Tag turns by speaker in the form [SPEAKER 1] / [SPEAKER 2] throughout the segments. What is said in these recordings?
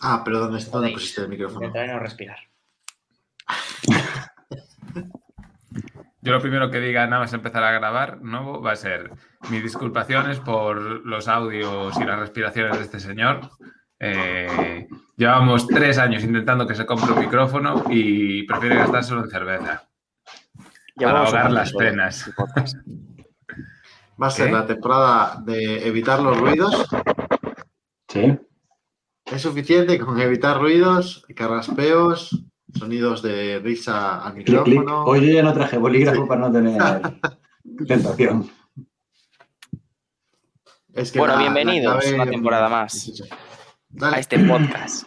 [SPEAKER 1] Ah, pero ¿dónde, dónde pusiste el micrófono?
[SPEAKER 2] Intentaré no respirar.
[SPEAKER 3] Yo lo primero que diga nada más empezar a grabar nuevo va a ser mis disculpaciones por los audios y las respiraciones de este señor. Eh, llevamos tres años intentando que se compre un micrófono y prefiere gastar solo en cerveza. para
[SPEAKER 2] Llevamos un
[SPEAKER 3] ahogar
[SPEAKER 2] montón
[SPEAKER 3] las
[SPEAKER 2] de-
[SPEAKER 3] penas.
[SPEAKER 2] de podcast.
[SPEAKER 1] Va a ser
[SPEAKER 3] ¿Eh?
[SPEAKER 1] la temporada de evitar los ruidos.
[SPEAKER 4] Sí.
[SPEAKER 1] Es suficiente con evitar ruidos, carraspeos, sonidos de risa al
[SPEAKER 4] Clic, clic.
[SPEAKER 1] micrófono.
[SPEAKER 4] Hoy yo ya no traje bolígrafo para no tener tentación.
[SPEAKER 1] Es
[SPEAKER 2] Bueno,
[SPEAKER 1] la- la
[SPEAKER 2] bienvenidos
[SPEAKER 1] clave-
[SPEAKER 2] una temporada más.
[SPEAKER 1] Sí, sí, sí.
[SPEAKER 2] A
[SPEAKER 1] Dale,
[SPEAKER 2] este podcast.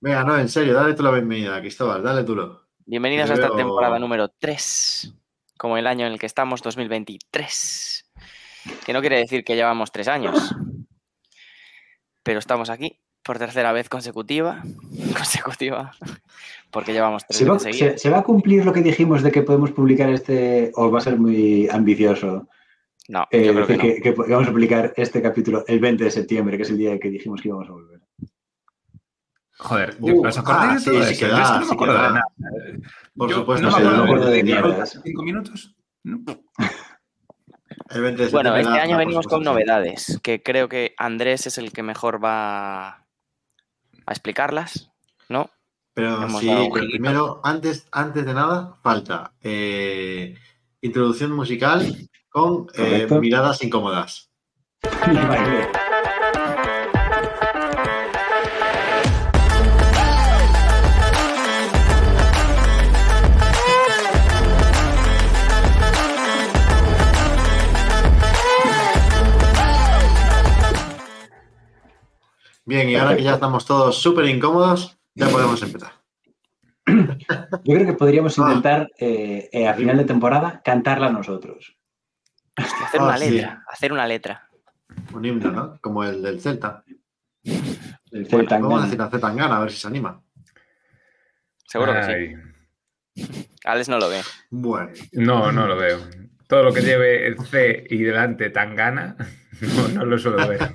[SPEAKER 1] venga, no, en serio, dale tú la bienvenida, Cristóbal, dale duro.
[SPEAKER 2] Bienvenidos a esta
[SPEAKER 1] Creo-
[SPEAKER 2] temporada número 3, como el año en el que estamos, 2023. Que no quiere decir que llevamos tres años, pero estamos aquí por tercera vez consecutiva, consecutiva, porque llevamos tres
[SPEAKER 4] ¿Se va,
[SPEAKER 2] veces seguidas.
[SPEAKER 4] se, se va a cumplir lo que dijimos de que podemos publicar este, o va a ser muy ambicioso,
[SPEAKER 2] No,
[SPEAKER 4] eh,
[SPEAKER 2] yo creo que
[SPEAKER 4] decir
[SPEAKER 2] no.
[SPEAKER 4] que, que vamos a publicar este capítulo el 20 de septiembre, que es el día que dijimos que íbamos a volver?
[SPEAKER 3] Joder,
[SPEAKER 1] Uh,
[SPEAKER 3] ¿os acordáis
[SPEAKER 1] ah,
[SPEAKER 3] de todo
[SPEAKER 1] sí, sí
[SPEAKER 3] eso?
[SPEAKER 1] que
[SPEAKER 3] Yo es
[SPEAKER 1] da,
[SPEAKER 3] no
[SPEAKER 1] sí
[SPEAKER 3] me
[SPEAKER 1] que
[SPEAKER 3] acuerdo de
[SPEAKER 1] da.
[SPEAKER 3] nada.
[SPEAKER 1] Por
[SPEAKER 3] Yo
[SPEAKER 1] supuesto,
[SPEAKER 3] no me
[SPEAKER 1] sí,
[SPEAKER 3] acuerdo
[SPEAKER 1] dale,
[SPEAKER 4] acuerdo
[SPEAKER 1] dale,
[SPEAKER 3] de
[SPEAKER 4] de
[SPEAKER 1] dale.
[SPEAKER 4] nada.
[SPEAKER 3] ¿Cinco minutos? No.
[SPEAKER 1] El 20 de
[SPEAKER 2] Bueno,
[SPEAKER 1] septiembre
[SPEAKER 2] este
[SPEAKER 1] da-
[SPEAKER 2] año
[SPEAKER 1] da, por
[SPEAKER 2] venimos con
[SPEAKER 1] supuesto.
[SPEAKER 2] novedades, que creo que Andrés es el que mejor va a explicarlas, ¿no?
[SPEAKER 1] Pero
[SPEAKER 2] Hemos
[SPEAKER 1] sí,
[SPEAKER 2] dado un
[SPEAKER 1] pero
[SPEAKER 2] girito.
[SPEAKER 1] primero, antes, antes de nada, falta eh, introducción musical con eh,
[SPEAKER 4] Correcto.
[SPEAKER 1] miradas incómodas.
[SPEAKER 4] Vale.
[SPEAKER 1] Bien, y ahora que ya estamos todos súper incómodos, ya podemos empezar.
[SPEAKER 4] Yo creo que podríamos
[SPEAKER 1] Ah.
[SPEAKER 4] intentar eh, eh, a final de temporada cantarla nosotros.
[SPEAKER 2] Hostia, hacer
[SPEAKER 1] Ah,
[SPEAKER 2] una
[SPEAKER 1] sí.
[SPEAKER 2] letra, hacer una letra.
[SPEAKER 1] Un himno, ¿no? Como el del Celta.
[SPEAKER 4] El
[SPEAKER 1] Bueno,
[SPEAKER 4] Celta
[SPEAKER 1] vamos a
[SPEAKER 4] Gana.
[SPEAKER 1] decir a Zetangana, a ver si se anima.
[SPEAKER 2] Seguro que sí.
[SPEAKER 3] Ay,
[SPEAKER 2] Alex no lo ve.
[SPEAKER 1] Bueno,
[SPEAKER 3] No, no lo veo. Todo lo que lleve el C y delante tan gana, no, no lo suelo ver.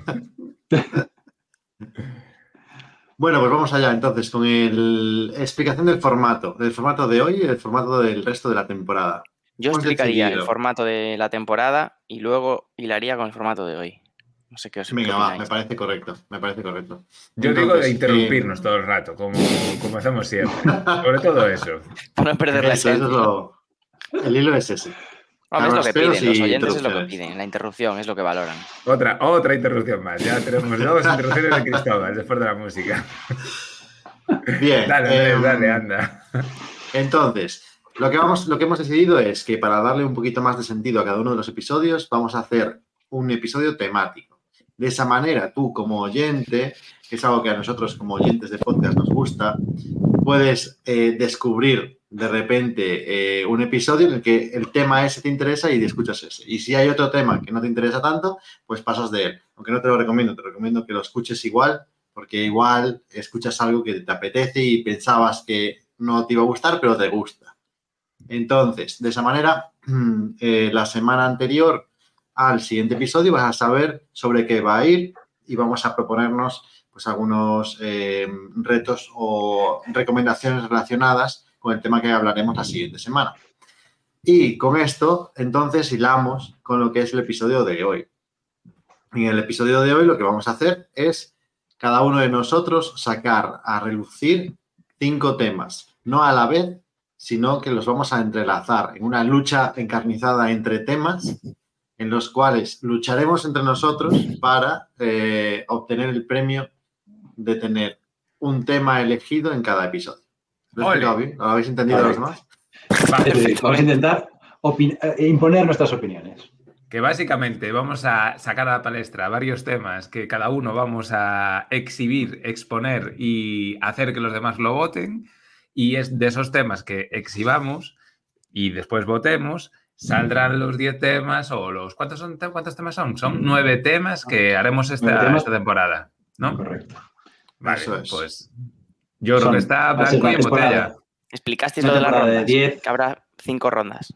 [SPEAKER 1] bueno, pues vamos allá entonces con el explicación del formato, del formato de hoy y el formato del resto de la temporada.
[SPEAKER 2] Yo
[SPEAKER 1] Hemos
[SPEAKER 2] explicaría el
[SPEAKER 1] decidido.
[SPEAKER 2] formato de la temporada y luego hilaría con el formato de hoy. No sé qué os
[SPEAKER 1] Venga,
[SPEAKER 2] qué
[SPEAKER 1] va,
[SPEAKER 2] opináis.
[SPEAKER 1] me parece correcto, me parece correcto.
[SPEAKER 3] Yo digo
[SPEAKER 1] Entonces,
[SPEAKER 3] de
[SPEAKER 1] eh,
[SPEAKER 3] interrumpirnos todo el rato, como, como hacemos siempre. Sobre todo eso.
[SPEAKER 2] Para no perder la
[SPEAKER 1] Eso, eso
[SPEAKER 2] esencia.
[SPEAKER 1] es lo- el hilo es ese.
[SPEAKER 2] Hombre, es lo que
[SPEAKER 1] Carraspeos
[SPEAKER 2] piden, los
[SPEAKER 1] y
[SPEAKER 2] oyentes es lo que
[SPEAKER 1] interrupciones.
[SPEAKER 2] piden, la interrupción es lo que valoran.
[SPEAKER 3] Otra, otra interrupción más. Ya tenemos dos interrupciones de Cristóbal después de la música.
[SPEAKER 1] Bien.
[SPEAKER 3] Dale, Andrés,
[SPEAKER 1] em,
[SPEAKER 3] dale, anda.
[SPEAKER 1] Entonces, lo que, vamos, lo que hemos decidido es que para darle un poquito más de sentido a cada uno de los episodios, vamos a hacer un episodio temático. De esa manera, tú como oyente, que es algo que a nosotros como oyentes de podcast nos gusta, puedes eh, descubrir de repente eh, un episodio en el que el tema ese te interesa y escuchas ese. Y si hay otro tema que no te interesa tanto, pues pasas de él. Aunque no te lo recomiendo, te recomiendo que lo escuches igual, porque igual escuchas algo que te apetece y pensabas que no te iba a gustar, pero te gusta. Entonces, de esa manera, eh, la semana anterior al siguiente episodio vas a saber sobre qué va a ir y vamos a proponernos pues algunos eh, retos o recomendaciones relacionadas con el tema que hablaremos la siguiente semana. Y con esto, entonces, hilamos con lo que es el episodio de hoy. En el episodio de hoy lo que vamos a hacer es cada uno de nosotros sacar a relucir cinco temas, no a la vez, sino que los vamos a entrelazar en una lucha encarnizada entre temas en los cuales lucharemos entre nosotros para eh, obtener el premio de tener un tema elegido en cada episodio. ¿Lo he
[SPEAKER 3] Ole.
[SPEAKER 1] explicado bien? ¿Lo habéis entendido los demás?
[SPEAKER 3] Va,
[SPEAKER 4] Es decir,
[SPEAKER 1] eh,
[SPEAKER 4] Vamos a intentar opin- eh, imponer nuestras opiniones.
[SPEAKER 3] que básicamente vamos a sacar a la palestra varios temas que cada uno vamos a exhibir, exponer y hacer que los demás lo voten. Y es de esos temas que exhibamos y después votemos, saldrán los 10 temas o los... ¿Cuántos, son, te- cuántos temas son? Son nueve temas que haremos esta,
[SPEAKER 4] Nueve temas.
[SPEAKER 3] esta temporada, ¿no?
[SPEAKER 4] Correcto.
[SPEAKER 3] Vale,
[SPEAKER 1] Eso es.
[SPEAKER 3] pues yo creo
[SPEAKER 4] Son-
[SPEAKER 3] que está
[SPEAKER 4] va a ser
[SPEAKER 3] blanco y
[SPEAKER 4] una
[SPEAKER 3] en botella.
[SPEAKER 4] temporada-
[SPEAKER 2] Explicasteis
[SPEAKER 4] una
[SPEAKER 2] lo de las
[SPEAKER 4] temporada de
[SPEAKER 2] rondas,
[SPEAKER 4] 10.
[SPEAKER 2] que habrá cinco rondas.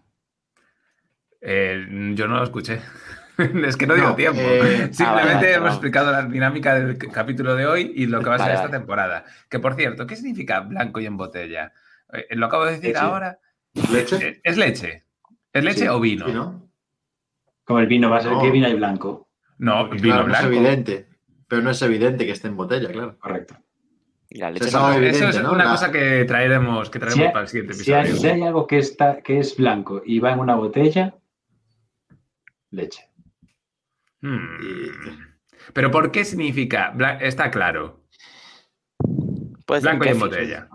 [SPEAKER 3] Eh, yo no lo escuché. es que no dio
[SPEAKER 1] No,
[SPEAKER 3] tiempo.
[SPEAKER 1] eh,
[SPEAKER 3] Simplemente
[SPEAKER 2] ah, vale, vale,
[SPEAKER 3] hemos
[SPEAKER 2] vale.
[SPEAKER 3] explicado la dinámica del c- capítulo de hoy y lo que va a ser
[SPEAKER 2] Vale,
[SPEAKER 3] esta
[SPEAKER 2] vale.
[SPEAKER 3] temporada. Que por cierto, ¿qué significa blanco y en botella? Eh, lo acabo de decir
[SPEAKER 1] Leche.
[SPEAKER 3] ahora.
[SPEAKER 1] ¿Leche?
[SPEAKER 3] Eh, ¿Es leche? ¿Es leche
[SPEAKER 4] Sí,
[SPEAKER 3] o vino?
[SPEAKER 1] Sí, ¿no?
[SPEAKER 4] Como el vino va a ser
[SPEAKER 1] No.
[SPEAKER 3] Oh.
[SPEAKER 4] que vino y blanco.
[SPEAKER 3] No, pues
[SPEAKER 1] Porque,
[SPEAKER 3] vino
[SPEAKER 1] claro, no es
[SPEAKER 3] blanco.
[SPEAKER 1] evidente. Pero no es evidente que esté en botella, claro.
[SPEAKER 4] Correcto.
[SPEAKER 2] Y la
[SPEAKER 1] Se
[SPEAKER 2] leche
[SPEAKER 1] sabe
[SPEAKER 2] no-
[SPEAKER 1] bien.
[SPEAKER 3] Eso es
[SPEAKER 1] Evidente, ¿no?
[SPEAKER 3] una
[SPEAKER 1] La-
[SPEAKER 3] cosa que traeremos, que traeremos
[SPEAKER 4] Si hay-
[SPEAKER 3] para el siguiente
[SPEAKER 4] Si hay,
[SPEAKER 3] episodio.
[SPEAKER 4] si hay algo que, está, que es blanco y va en una botella, leche.
[SPEAKER 3] Hmm.
[SPEAKER 1] Y-
[SPEAKER 3] Pero ¿por qué significa? Bla- Está claro.
[SPEAKER 2] puede ser
[SPEAKER 3] Blanco y en
[SPEAKER 2] kefir.
[SPEAKER 3] botella.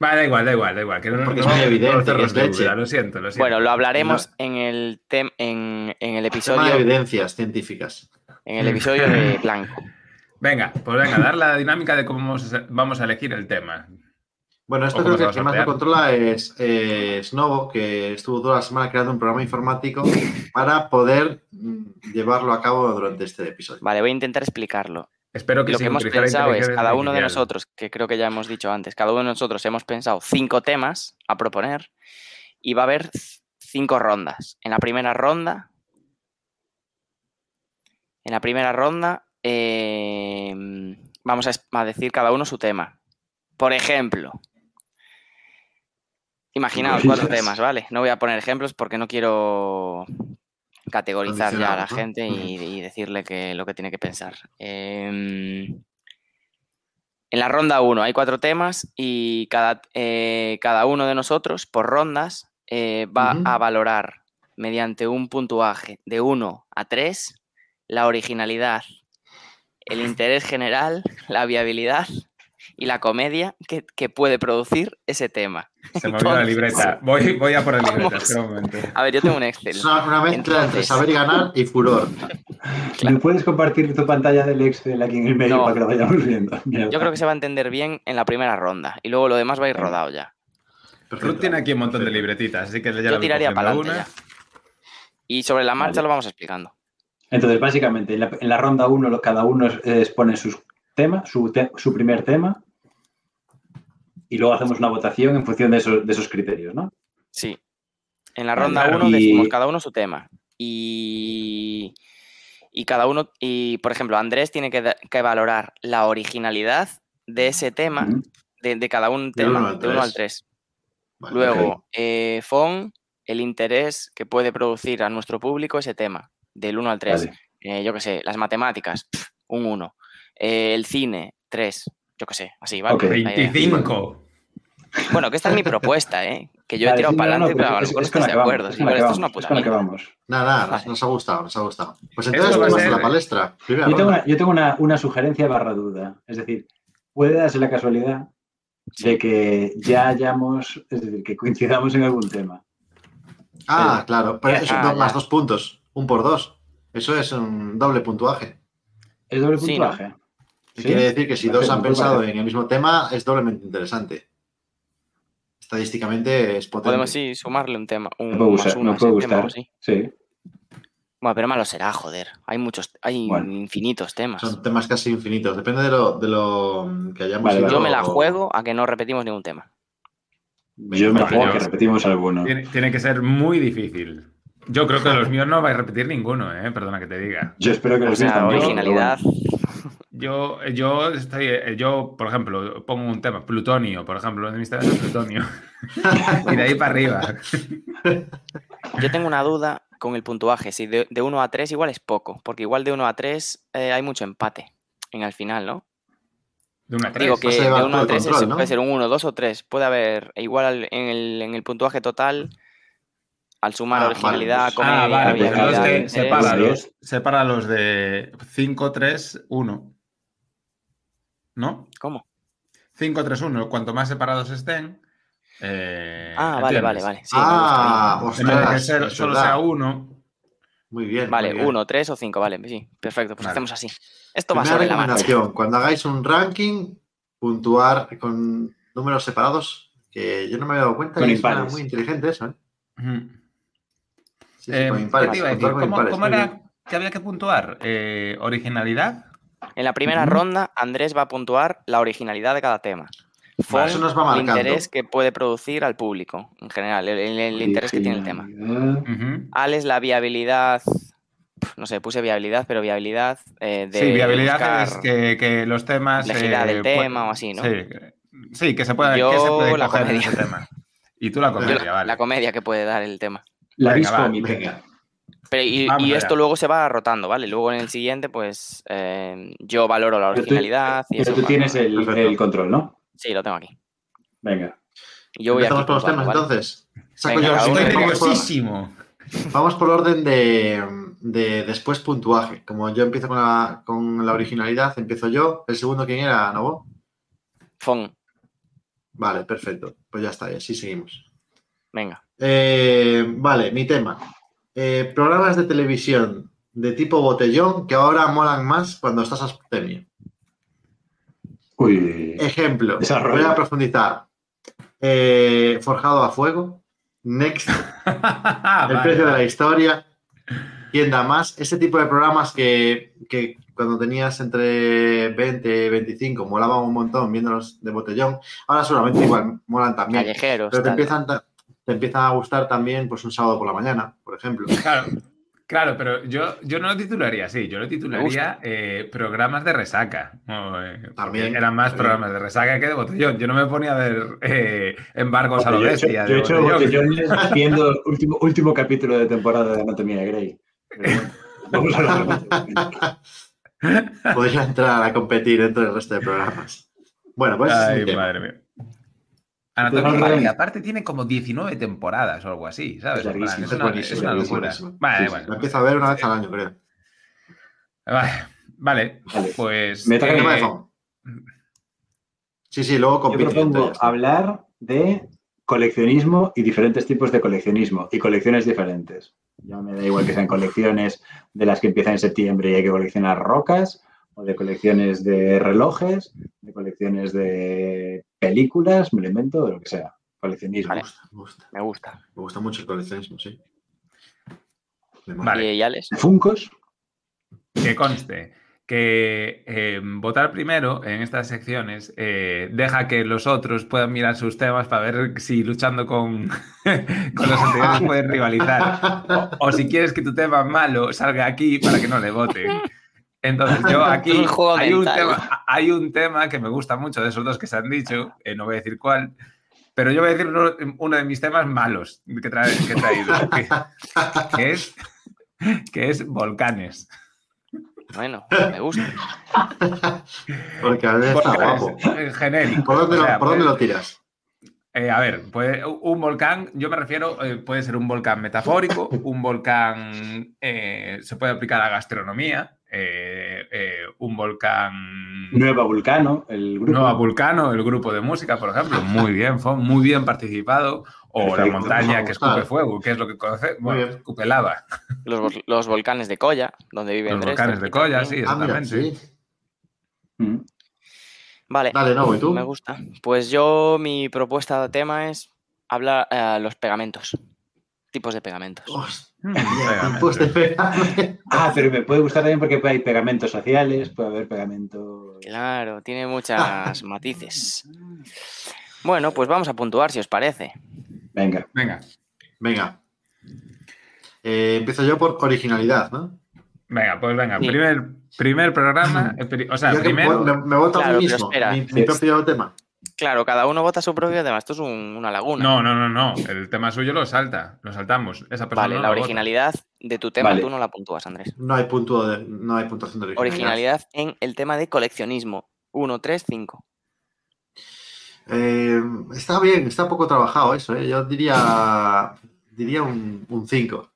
[SPEAKER 3] Vale, da igual, da igual, da igual. Que no,
[SPEAKER 1] Porque es
[SPEAKER 3] no-
[SPEAKER 1] muy
[SPEAKER 3] no
[SPEAKER 1] evidente que
[SPEAKER 3] cerros
[SPEAKER 1] es
[SPEAKER 3] de
[SPEAKER 1] leche.
[SPEAKER 3] duda, Lo siento, lo siento.
[SPEAKER 2] Bueno, lo hablaremos en el tem- en, en el
[SPEAKER 1] Tema de
[SPEAKER 2] episodio
[SPEAKER 1] evidencias científicas.
[SPEAKER 2] en el episodio de blanco.
[SPEAKER 3] Venga, pues venga, dar la dinámica de cómo vamos a- vamos a elegir el tema.
[SPEAKER 1] Bueno,
[SPEAKER 3] O
[SPEAKER 1] esto creo
[SPEAKER 3] cómo
[SPEAKER 1] que
[SPEAKER 3] se
[SPEAKER 1] el que
[SPEAKER 3] va a
[SPEAKER 1] más lo
[SPEAKER 3] sortear.
[SPEAKER 1] controla es eh, Snobo, que estuvo toda la semana creando un programa informático para poder mm, llevarlo a cabo durante este episodio.
[SPEAKER 2] Vale, voy a intentar explicarlo.
[SPEAKER 3] Espero que
[SPEAKER 2] Lo
[SPEAKER 3] sin
[SPEAKER 2] que hemos
[SPEAKER 3] utilizar
[SPEAKER 2] pensado es,
[SPEAKER 3] inteligencia
[SPEAKER 2] cada uno de
[SPEAKER 3] artificial.
[SPEAKER 2] nosotros, que creo que ya hemos dicho antes, cada uno de nosotros hemos pensado cinco temas a proponer y va a haber c- cinco rondas. En la primera ronda, en la primera ronda, eh, vamos a, es- a decir cada uno su tema. Por ejemplo, imaginaos cuatro
[SPEAKER 4] Cositas.
[SPEAKER 2] temas, ¿vale? No voy a poner ejemplos porque no quiero categorizar ya a la
[SPEAKER 1] Condicionarlos, ¿no?
[SPEAKER 2] gente y, y decirle que lo que tiene que pensar. Em, en la ronda 1 hay cuatro temas y cada, eh, cada uno de nosotros, por rondas, eh, va
[SPEAKER 1] Ujú.
[SPEAKER 2] a valorar mediante un puntuaje de 1 a 3 la originalidad, el interés general, la viabilidad y la comedia que, que puede producir ese tema.
[SPEAKER 3] Se me olvidó la
[SPEAKER 2] Entonces-
[SPEAKER 3] libreta. Voy, voy a por la libreta,
[SPEAKER 2] Vamos.
[SPEAKER 3] espera un momento.
[SPEAKER 2] A ver, yo tengo un Excel.
[SPEAKER 1] Es una, una mezcla entre
[SPEAKER 2] Entonces-
[SPEAKER 1] saber ganar y furor.
[SPEAKER 2] Claro.
[SPEAKER 4] ¿Me puedes compartir tu pantalla del Excel aquí en el medio
[SPEAKER 2] No.
[SPEAKER 4] para que lo vayamos viendo? Mira,
[SPEAKER 2] Yo creo que se va a entender bien en la primera ronda y luego lo demás va a ir rodado ya.
[SPEAKER 3] Ruth tiene aquí un montón de libretitas, así que ya la
[SPEAKER 2] Yo
[SPEAKER 3] voy
[SPEAKER 2] tiraría para
[SPEAKER 3] cogiendo
[SPEAKER 2] adelante ya. Y sobre la marcha
[SPEAKER 4] Vale.
[SPEAKER 2] lo vamos explicando.
[SPEAKER 4] Entonces, básicamente, en la, en la ronda 1 cada uno es- eh, expone sus temas, su, te- su primer tema, y luego hacemos una votación en función de esos, de esos criterios, ¿no?
[SPEAKER 2] Sí. En la
[SPEAKER 3] Vale,
[SPEAKER 2] ronda
[SPEAKER 3] claro.
[SPEAKER 2] 1
[SPEAKER 4] Y-
[SPEAKER 2] decimos cada uno su tema. Y. Y cada uno. Y, por ejemplo, Andrés tiene que, da- que valorar la originalidad de ese tema,
[SPEAKER 4] Ujú.
[SPEAKER 2] de, de cada un
[SPEAKER 1] Del uno
[SPEAKER 2] tema,
[SPEAKER 1] al
[SPEAKER 2] de 1 al
[SPEAKER 1] tres.
[SPEAKER 2] 3.
[SPEAKER 1] Vale,
[SPEAKER 2] Luego, eh, Fon, el interés que puede producir a nuestro público ese tema, del 1 al 3.
[SPEAKER 4] Vale.
[SPEAKER 2] yo qué sé, las matemáticas, pf, un 1. el cine, 3. Yo qué sé, así, ¿vale?
[SPEAKER 4] Ok.
[SPEAKER 2] Ahí, ahí.
[SPEAKER 3] 25.
[SPEAKER 2] Bueno, que esta es mi propuesta, ¿eh? Que yo he
[SPEAKER 4] Vale,
[SPEAKER 2] tirado
[SPEAKER 4] sí, no,
[SPEAKER 2] para
[SPEAKER 4] no,
[SPEAKER 2] adelante,
[SPEAKER 4] pero
[SPEAKER 2] pero a lo
[SPEAKER 4] es-
[SPEAKER 2] mejor no
[SPEAKER 4] es
[SPEAKER 2] estás
[SPEAKER 4] con la
[SPEAKER 2] de
[SPEAKER 4] que vamos,
[SPEAKER 2] acuerdo.
[SPEAKER 4] es
[SPEAKER 2] sí,
[SPEAKER 4] con la
[SPEAKER 2] pero
[SPEAKER 4] que
[SPEAKER 2] esto es una
[SPEAKER 4] vamos, es
[SPEAKER 2] puta
[SPEAKER 4] con la que
[SPEAKER 2] mierda.
[SPEAKER 4] vamos.
[SPEAKER 1] Nada, nada, nos-
[SPEAKER 2] Vale.
[SPEAKER 1] nos ha gustado, nos ha gustado. Pues
[SPEAKER 3] Esto
[SPEAKER 1] entonces,
[SPEAKER 3] va a
[SPEAKER 1] ¿cómo es
[SPEAKER 3] ser-
[SPEAKER 1] la palestra? Primera
[SPEAKER 4] Yo tengo,
[SPEAKER 1] ronda.
[SPEAKER 4] una, yo tengo una, una sugerencia barra duda. Es decir, puede darse la casualidad de que ya hayamos, es decir, que coincidamos en algún tema.
[SPEAKER 1] Ah, claro, pero eso
[SPEAKER 2] Ah,
[SPEAKER 1] son
[SPEAKER 2] ya.
[SPEAKER 1] más dos puntos, un por dos. Eso es un doble puntuaje.
[SPEAKER 4] ¿Es doble
[SPEAKER 2] Sí, ¿no?
[SPEAKER 4] puntuaje?
[SPEAKER 1] Que
[SPEAKER 4] ¿Sí?
[SPEAKER 1] Quiere decir que si
[SPEAKER 4] Vale,
[SPEAKER 1] dos han
[SPEAKER 4] muy
[SPEAKER 1] pensado
[SPEAKER 4] vale.
[SPEAKER 1] en el mismo tema, es doblemente interesante. Estadísticamente es potente.
[SPEAKER 2] Podemos sí sumarle un tema. Un
[SPEAKER 4] Me puede
[SPEAKER 2] más
[SPEAKER 4] gustar,
[SPEAKER 2] uno
[SPEAKER 4] me
[SPEAKER 2] a ese
[SPEAKER 4] puede
[SPEAKER 2] tema o
[SPEAKER 4] gustar.
[SPEAKER 2] así.
[SPEAKER 4] Sí.
[SPEAKER 2] Bueno, pero malo será, joder. Hay muchos, hay
[SPEAKER 4] Bueno.
[SPEAKER 2] infinitos temas.
[SPEAKER 1] Son temas casi infinitos. Depende de lo, de lo que hayamos
[SPEAKER 4] Vale, vale.
[SPEAKER 2] Yo me la juego a que no repetimos ningún tema.
[SPEAKER 4] Yo me
[SPEAKER 3] Vale,
[SPEAKER 4] juego
[SPEAKER 3] yo-
[SPEAKER 4] que repetimos alguno.
[SPEAKER 3] Tiene, tiene que ser muy difícil. Yo creo que los míos no vais a repetir ninguno, ¿eh? perdona que te diga.
[SPEAKER 4] Yo espero que
[SPEAKER 2] O
[SPEAKER 4] los míos
[SPEAKER 2] sea,
[SPEAKER 4] tampoco,
[SPEAKER 2] originalidad.
[SPEAKER 3] Yo, yo estoy, eh, yo, por ejemplo, pongo un tema, plutonio, por ejemplo, uno de mis temas es plutonio. y de ahí para arriba.
[SPEAKER 2] Yo tengo una duda con el puntuaje. Si de, de 1 a 3 igual es poco, porque igual de 1 a 3 eh, hay mucho empate en el final, ¿no?
[SPEAKER 3] De una a tres.
[SPEAKER 2] Digo que
[SPEAKER 1] No se
[SPEAKER 2] de
[SPEAKER 1] va
[SPEAKER 2] 1 a
[SPEAKER 1] todo
[SPEAKER 2] 3
[SPEAKER 1] control, ¿no?
[SPEAKER 2] puede ser un 1, 2 o 3. Puede haber igual al- en, el, en el puntuaje total, al sumar
[SPEAKER 1] Ah, vale,
[SPEAKER 2] originalidad,
[SPEAKER 1] pues-
[SPEAKER 2] comedia,
[SPEAKER 3] ah, vale, pues
[SPEAKER 4] había
[SPEAKER 2] viabilidad,
[SPEAKER 3] entonces
[SPEAKER 4] quedado
[SPEAKER 3] te-
[SPEAKER 4] en
[SPEAKER 2] interés.
[SPEAKER 3] separa,
[SPEAKER 4] serio.
[SPEAKER 3] los, separa los de 5, 3, 1. ¿No?
[SPEAKER 2] ¿Cómo?
[SPEAKER 3] 5, 3, 1. Cuanto más separados estén. eh,
[SPEAKER 2] Ah, vale, vale,
[SPEAKER 3] ¿entiendes?
[SPEAKER 2] vale. sí, me gusta.
[SPEAKER 1] ah,
[SPEAKER 3] En vez de que
[SPEAKER 1] ostras.
[SPEAKER 3] ser-
[SPEAKER 1] es
[SPEAKER 3] solo
[SPEAKER 1] verdad.
[SPEAKER 3] sea 1.
[SPEAKER 1] Muy bien.
[SPEAKER 2] Vale,
[SPEAKER 1] muy bien.
[SPEAKER 2] uno, tres o cinco, vale, sí, perfecto, pues
[SPEAKER 3] Vale.
[SPEAKER 2] hacemos así. Esto va
[SPEAKER 1] Primera
[SPEAKER 2] sobre la marcha.
[SPEAKER 1] recomendación, cuando hagáis un ranking, puntuar con números separados, que yo no me había dado cuenta,
[SPEAKER 4] Con
[SPEAKER 1] y es una-
[SPEAKER 4] impares.
[SPEAKER 1] muy inteligente eso, ¿eh? Sí, sí,
[SPEAKER 3] Eh,
[SPEAKER 1] con
[SPEAKER 3] ¿qué
[SPEAKER 1] impares,
[SPEAKER 3] te iba a
[SPEAKER 1] puntuar con
[SPEAKER 3] decir? ¿Cómo,
[SPEAKER 1] impares,
[SPEAKER 3] cómo
[SPEAKER 1] muy
[SPEAKER 3] era
[SPEAKER 1] bien.
[SPEAKER 3] que había que puntuar? Eh, ¿Originalidad?
[SPEAKER 2] En la primera
[SPEAKER 4] Ujú.
[SPEAKER 2] ronda, Andrés va a puntuar la originalidad de cada tema. Fon,
[SPEAKER 1] Eso nos va
[SPEAKER 2] el
[SPEAKER 1] marcando.
[SPEAKER 2] interés que puede producir al público, en general, el, el- el interés que tiene el tema.
[SPEAKER 4] Originalidad.
[SPEAKER 3] Ujú.
[SPEAKER 2] Alex, la viabilidad pf, no sé, puse viabilidad, pero viabilidad eh, de
[SPEAKER 3] sí, viabilidad es
[SPEAKER 2] buscar
[SPEAKER 3] que, que los temas.
[SPEAKER 2] complejidad del
[SPEAKER 3] eh,
[SPEAKER 2] tema
[SPEAKER 3] pue-
[SPEAKER 2] o así, ¿no?
[SPEAKER 3] Sí, sí, que se pueda
[SPEAKER 2] Yo
[SPEAKER 3] que se puede
[SPEAKER 2] la
[SPEAKER 3] coger en
[SPEAKER 2] comedia.
[SPEAKER 3] ese tema. Y tú la
[SPEAKER 1] Yo
[SPEAKER 2] Yo
[SPEAKER 3] comedia,
[SPEAKER 2] la,
[SPEAKER 3] vale.
[SPEAKER 2] la comedia que puede dar el tema.
[SPEAKER 4] La
[SPEAKER 3] Venga,
[SPEAKER 4] bis
[SPEAKER 3] va,
[SPEAKER 4] cómica.
[SPEAKER 1] Venga.
[SPEAKER 2] Pero y,
[SPEAKER 3] Vamos
[SPEAKER 2] y
[SPEAKER 3] allá.
[SPEAKER 2] esto luego se va rotando, ¿vale? Luego en el siguiente, pues eh, yo valoro la
[SPEAKER 4] Pero tú-
[SPEAKER 2] originalidad. y
[SPEAKER 4] Pero
[SPEAKER 2] eso
[SPEAKER 4] tú
[SPEAKER 2] va-
[SPEAKER 4] tienes el,
[SPEAKER 1] Perfecto.
[SPEAKER 4] el control, ¿no?
[SPEAKER 2] Sí, lo tengo aquí.
[SPEAKER 4] Venga.
[SPEAKER 2] Y Yo voy
[SPEAKER 1] Empezamos
[SPEAKER 2] aquí
[SPEAKER 1] por los temas
[SPEAKER 2] puntuando, ¿vale?
[SPEAKER 1] entonces. Saco
[SPEAKER 2] Venga,
[SPEAKER 1] yo los
[SPEAKER 2] cada uno
[SPEAKER 1] temas,
[SPEAKER 3] Pues Estoy
[SPEAKER 2] tiene
[SPEAKER 1] vamos por-
[SPEAKER 3] curiosísimo.
[SPEAKER 1] Vamos por orden de, de después puntuaje. Como yo empiezo con la, con la originalidad, empiezo yo. El segundo, ¿quién era? ¿Novo?
[SPEAKER 2] Fon,
[SPEAKER 1] Vale, perfecto. Pues ya está, y así seguimos.
[SPEAKER 2] venga.
[SPEAKER 1] Eh, vale, mi tema. Eh, programas de televisión de tipo botellón que ahora molan más cuando estás abstemio.
[SPEAKER 4] Uy.
[SPEAKER 1] Ejemplo,
[SPEAKER 4] Desarrolla.
[SPEAKER 1] voy a profundizar. Eh, Forjado a fuego, Next, El
[SPEAKER 3] Ah, Vale,
[SPEAKER 1] precio de la
[SPEAKER 3] vale.
[SPEAKER 1] historia, ¿quién da más? Ese tipo de programas que, que cuando tenías entre 20 y 25 molaban un montón viéndolos de botellón, ahora seguramente igual molan también.
[SPEAKER 2] Callejeros.
[SPEAKER 1] Pero te
[SPEAKER 2] tal.
[SPEAKER 1] empiezan, ta- te empiezan a gustar también pues un sábado por la mañana, por ejemplo.
[SPEAKER 3] Claro, claro, pero yo, yo no lo titularía así, yo lo titularía eh, programas de resaca. o, eh, porque
[SPEAKER 1] También.
[SPEAKER 3] Eran más
[SPEAKER 1] Sí.
[SPEAKER 3] programas de resaca que de botellón. Yo no me ponía a ver eh, embargos a lo
[SPEAKER 4] Yo he hecho,
[SPEAKER 3] bestia
[SPEAKER 4] yo he
[SPEAKER 3] de
[SPEAKER 4] hecho
[SPEAKER 3] botellón.
[SPEAKER 4] botellones viendo el último, último capítulo de temporada de Anatomía de Grey. Pero bueno, Vamos a hablar
[SPEAKER 1] Podría entrar a competir entre el resto de programas. Bueno, pues ese es mi
[SPEAKER 3] Ay,
[SPEAKER 1] tema.
[SPEAKER 3] madre mía. Anatomía
[SPEAKER 4] Entonces,
[SPEAKER 3] Grey,
[SPEAKER 4] Grey.
[SPEAKER 3] aparte tiene como 19 temporadas o algo así, ¿sabes?
[SPEAKER 4] Es
[SPEAKER 3] En plan,
[SPEAKER 4] larguísimo,
[SPEAKER 3] Es
[SPEAKER 1] es
[SPEAKER 3] una, es
[SPEAKER 1] buenísimo,
[SPEAKER 3] una
[SPEAKER 1] es
[SPEAKER 3] locura.
[SPEAKER 1] buenísimo.
[SPEAKER 3] Vale,
[SPEAKER 1] Sí, sí,
[SPEAKER 3] vale.
[SPEAKER 1] Lo empiezo a ver una vez al año, creo.
[SPEAKER 3] Vale, vale,
[SPEAKER 4] Vale.
[SPEAKER 3] pues.
[SPEAKER 4] Me toca
[SPEAKER 3] eh,
[SPEAKER 4] el
[SPEAKER 1] Tema de fondo. Sí, sí, luego
[SPEAKER 4] Yo
[SPEAKER 1] compito.
[SPEAKER 4] propongo hablar de coleccionismo y diferentes tipos de coleccionismo y colecciones diferentes. Ya me da igual que sean colecciones de las que empiezan en septiembre y hay que coleccionar rocas, o de colecciones de relojes, de colecciones de películas, me lo invento, de lo que sea. Coleccionismo.
[SPEAKER 2] Vale.
[SPEAKER 1] Me gusta,
[SPEAKER 2] Me gusta.
[SPEAKER 1] me gusta mucho el coleccionismo, sí. Me mola.
[SPEAKER 3] Vale.
[SPEAKER 2] Y, y Alex,
[SPEAKER 4] Funcos,
[SPEAKER 3] Que conste que eh, votar primero en estas secciones eh, deja que los otros puedan mirar sus temas para ver si luchando con, con los anteriores pueden rivalizar. O, o si quieres que tu tema malo salga aquí para que no le voten. Entonces yo aquí
[SPEAKER 2] Un juego
[SPEAKER 3] hay un,
[SPEAKER 2] mental.
[SPEAKER 3] tema, hay un tema que me gusta mucho de esos dos que se han dicho, eh, no voy a decir cuál, pero yo voy a decir uno, uno de mis temas malos que, tra- que he traído, que, que es, que es volcanes.
[SPEAKER 2] bueno, me gusta.
[SPEAKER 1] Porque a veces está
[SPEAKER 3] Volcanes,
[SPEAKER 1] guapo.
[SPEAKER 3] eh, genérico.
[SPEAKER 1] ¿Por dónde,
[SPEAKER 3] O sea,
[SPEAKER 1] lo, por dónde
[SPEAKER 3] puede-
[SPEAKER 1] lo tiras?
[SPEAKER 3] eh, a ver, puede- un volcán, yo me refiero, eh, puede ser un volcán metafórico, un volcán eh, se puede aplicar a gastronomía, eh, eh, un volcán
[SPEAKER 4] Nueva Vulcano, el grupo.
[SPEAKER 3] Nueva Vulcano, el grupo de música, por ejemplo, muy bien, Fon, muy bien participado, o la
[SPEAKER 4] Perfecto,
[SPEAKER 1] me va
[SPEAKER 3] montaña
[SPEAKER 1] a
[SPEAKER 3] que
[SPEAKER 1] gustar.
[SPEAKER 3] escupe fuego, que es lo que conoce, bueno,
[SPEAKER 1] bien.
[SPEAKER 3] escupe lava,
[SPEAKER 2] Los, vol- los volcanes de Colla, donde vive
[SPEAKER 3] los
[SPEAKER 2] Andrés.
[SPEAKER 3] volcanes de
[SPEAKER 2] cerquita
[SPEAKER 3] Colla, sí,
[SPEAKER 2] también.
[SPEAKER 1] Ah, mira,
[SPEAKER 3] exactamente.
[SPEAKER 1] sí.
[SPEAKER 4] Mm.
[SPEAKER 2] Vale.
[SPEAKER 1] Dale, Novo, ¿y tú?
[SPEAKER 2] Me gusta. Pues yo, mi propuesta de tema es hablar eh, los pegamentos. Tipos de pegamentos.
[SPEAKER 1] Hostia,
[SPEAKER 3] Mm,
[SPEAKER 1] pues te
[SPEAKER 3] pegamento.
[SPEAKER 1] pegame.
[SPEAKER 4] Ah, pero me puede gustar también porque hay pegamentos sociales, puede haber pegamento.
[SPEAKER 2] Claro, tiene muchas matices. Bueno, pues vamos a puntuar si os parece.
[SPEAKER 4] Venga.
[SPEAKER 3] Venga,
[SPEAKER 1] Venga. Eh, empiezo yo por originalidad, ¿no?
[SPEAKER 3] venga, pues venga,
[SPEAKER 2] Sí.
[SPEAKER 3] primer, primer programa, eh, pri- o sea,
[SPEAKER 1] Ya que
[SPEAKER 3] primero...
[SPEAKER 1] me, me voto a
[SPEAKER 2] Claro,
[SPEAKER 1] mí
[SPEAKER 2] pero
[SPEAKER 1] mismo,
[SPEAKER 2] espera.
[SPEAKER 1] mi, mi propio tema.
[SPEAKER 2] Claro, cada uno vota su propio tema. Esto es un- una laguna.
[SPEAKER 3] No, no, no, no. El tema suyo lo salta. Lo saltamos. Esa persona
[SPEAKER 2] vale,
[SPEAKER 3] no
[SPEAKER 2] la
[SPEAKER 3] lo vota.
[SPEAKER 2] originalidad de tu tema
[SPEAKER 4] Vale.
[SPEAKER 2] tú no la puntúas, Andrés.
[SPEAKER 1] No hay, punto de- no hay puntuación de originalidad.
[SPEAKER 2] Originalidad en el tema de coleccionismo. 1, 3, 5.
[SPEAKER 1] Eh, está bien, está poco trabajado eso, ¿eh? Yo diría, diría un 5.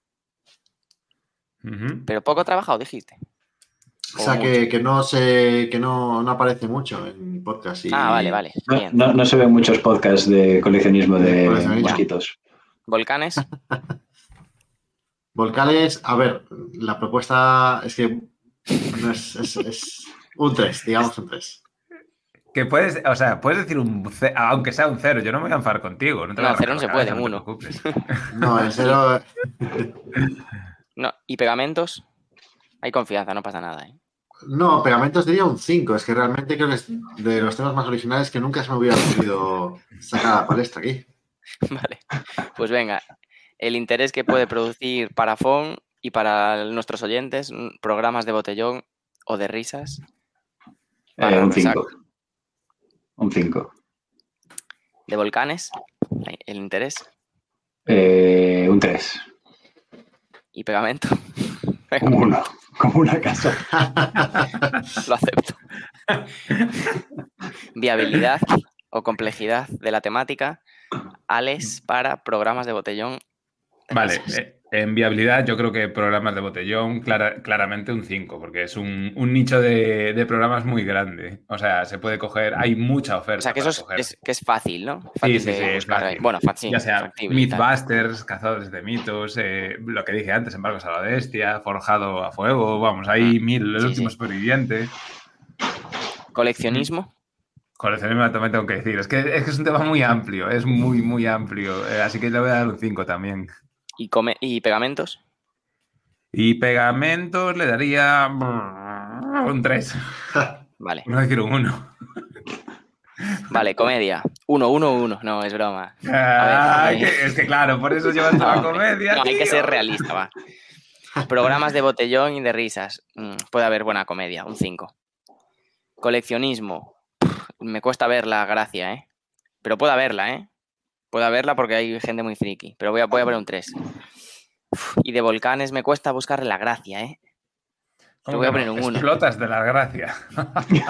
[SPEAKER 3] Ujú.
[SPEAKER 2] Pero poco trabajado, dijiste.
[SPEAKER 1] O sea, que, que no se, que no, no aparece mucho en podcast. y-
[SPEAKER 2] Ah, vale, vale.
[SPEAKER 4] No,
[SPEAKER 2] Bien.
[SPEAKER 4] no, no se ven muchos podcasts de coleccionismo de
[SPEAKER 1] Coleccionismo.
[SPEAKER 4] mosquitos.
[SPEAKER 2] Volcanes.
[SPEAKER 1] Volcales, a ver, la propuesta es que no es, es- es un 3, digamos un 3.
[SPEAKER 3] Que puedes, o sea, puedes decir un ce- aunque sea un cero, yo no me voy a enfar contigo. No, te
[SPEAKER 2] No,
[SPEAKER 3] voy a
[SPEAKER 2] cero
[SPEAKER 3] arrancar
[SPEAKER 2] no se
[SPEAKER 3] la
[SPEAKER 2] puede,
[SPEAKER 3] cabeza,
[SPEAKER 2] uno.
[SPEAKER 3] No te preocupes.
[SPEAKER 1] No, el 0
[SPEAKER 2] No, y pegamentos. Hay confianza, no pasa nada. ¿eh?
[SPEAKER 1] No, pegamentos diría un 5. Es que realmente creo que es de los temas más originales que nunca se me hubiera ocurrido sacar a la palestra aquí.
[SPEAKER 2] Vale. Pues venga, el interés que puede producir Parafón y para nuestros oyentes, n- programas de botellón o de risas.
[SPEAKER 4] Eh, un
[SPEAKER 2] Exacto.
[SPEAKER 4] 5. Un 5.
[SPEAKER 2] De volcanes, la- el interés
[SPEAKER 4] Eh, un 3.
[SPEAKER 2] y pegamento.
[SPEAKER 4] Un 1. Como una casa.
[SPEAKER 2] Lo acepto. Viabilidad o complejidad de la temática. Alex para programas de botellón. de
[SPEAKER 3] Vale,
[SPEAKER 2] risas.
[SPEAKER 3] eh, en viabilidad yo creo que programas de botellón, clara- claramente un 5, porque es un, un nicho de, de programas muy grande. O sea, se puede coger, hay mucha oferta.
[SPEAKER 2] O sea, que eso
[SPEAKER 3] para
[SPEAKER 2] es,
[SPEAKER 3] coger.
[SPEAKER 2] es- que es fácil, ¿no? Fácil
[SPEAKER 3] sí,
[SPEAKER 2] de
[SPEAKER 3] sí, es
[SPEAKER 2] buscar ahí.
[SPEAKER 3] fácil.
[SPEAKER 2] Bueno, fácil.
[SPEAKER 3] ya sea
[SPEAKER 2] factible y tal.
[SPEAKER 3] Mythbusters, Cazadores de Mitos, eh, lo que dije antes, Embargos a la Bestia, Forjado a Fuego, vamos, hay mil, el
[SPEAKER 2] Ah, sí,
[SPEAKER 3] último
[SPEAKER 2] sí.
[SPEAKER 3] superviviente.
[SPEAKER 2] Coleccionismo.
[SPEAKER 3] Coleccionismo también tengo que decir, es que, es que es un tema muy amplio, es muy, muy amplio, eh, así que le voy a dar un 5 también.
[SPEAKER 2] Y, come- y pegamentos.
[SPEAKER 3] Y pegamentos le daría brr, un 3,
[SPEAKER 2] Vale,
[SPEAKER 3] no decir un 1.
[SPEAKER 2] vale, comedia. Uno, uno, uno. No, es broma.
[SPEAKER 3] Ah,
[SPEAKER 2] A ver, a ver.
[SPEAKER 3] que- es que claro, por eso llevas
[SPEAKER 2] No,
[SPEAKER 3] la
[SPEAKER 2] hombre.
[SPEAKER 3] comedia.
[SPEAKER 2] No, hay que
[SPEAKER 3] tío.
[SPEAKER 2] ser realista, va. Programas de botellón y de risas. Mm, puede haber buena comedia, un 5. Coleccionismo. Pff, Me cuesta ver la gracia, ¿eh? Pero puedo verla, ¿eh? Puedo verla porque hay gente muy friki. Pero voy a, voy a poner un 3. Y de volcanes me cuesta buscar la gracia, ¿eh?
[SPEAKER 3] ¿Cómo
[SPEAKER 2] voy a
[SPEAKER 3] que
[SPEAKER 2] poner
[SPEAKER 3] no?
[SPEAKER 2] un uno.
[SPEAKER 3] Explotas de la gracia.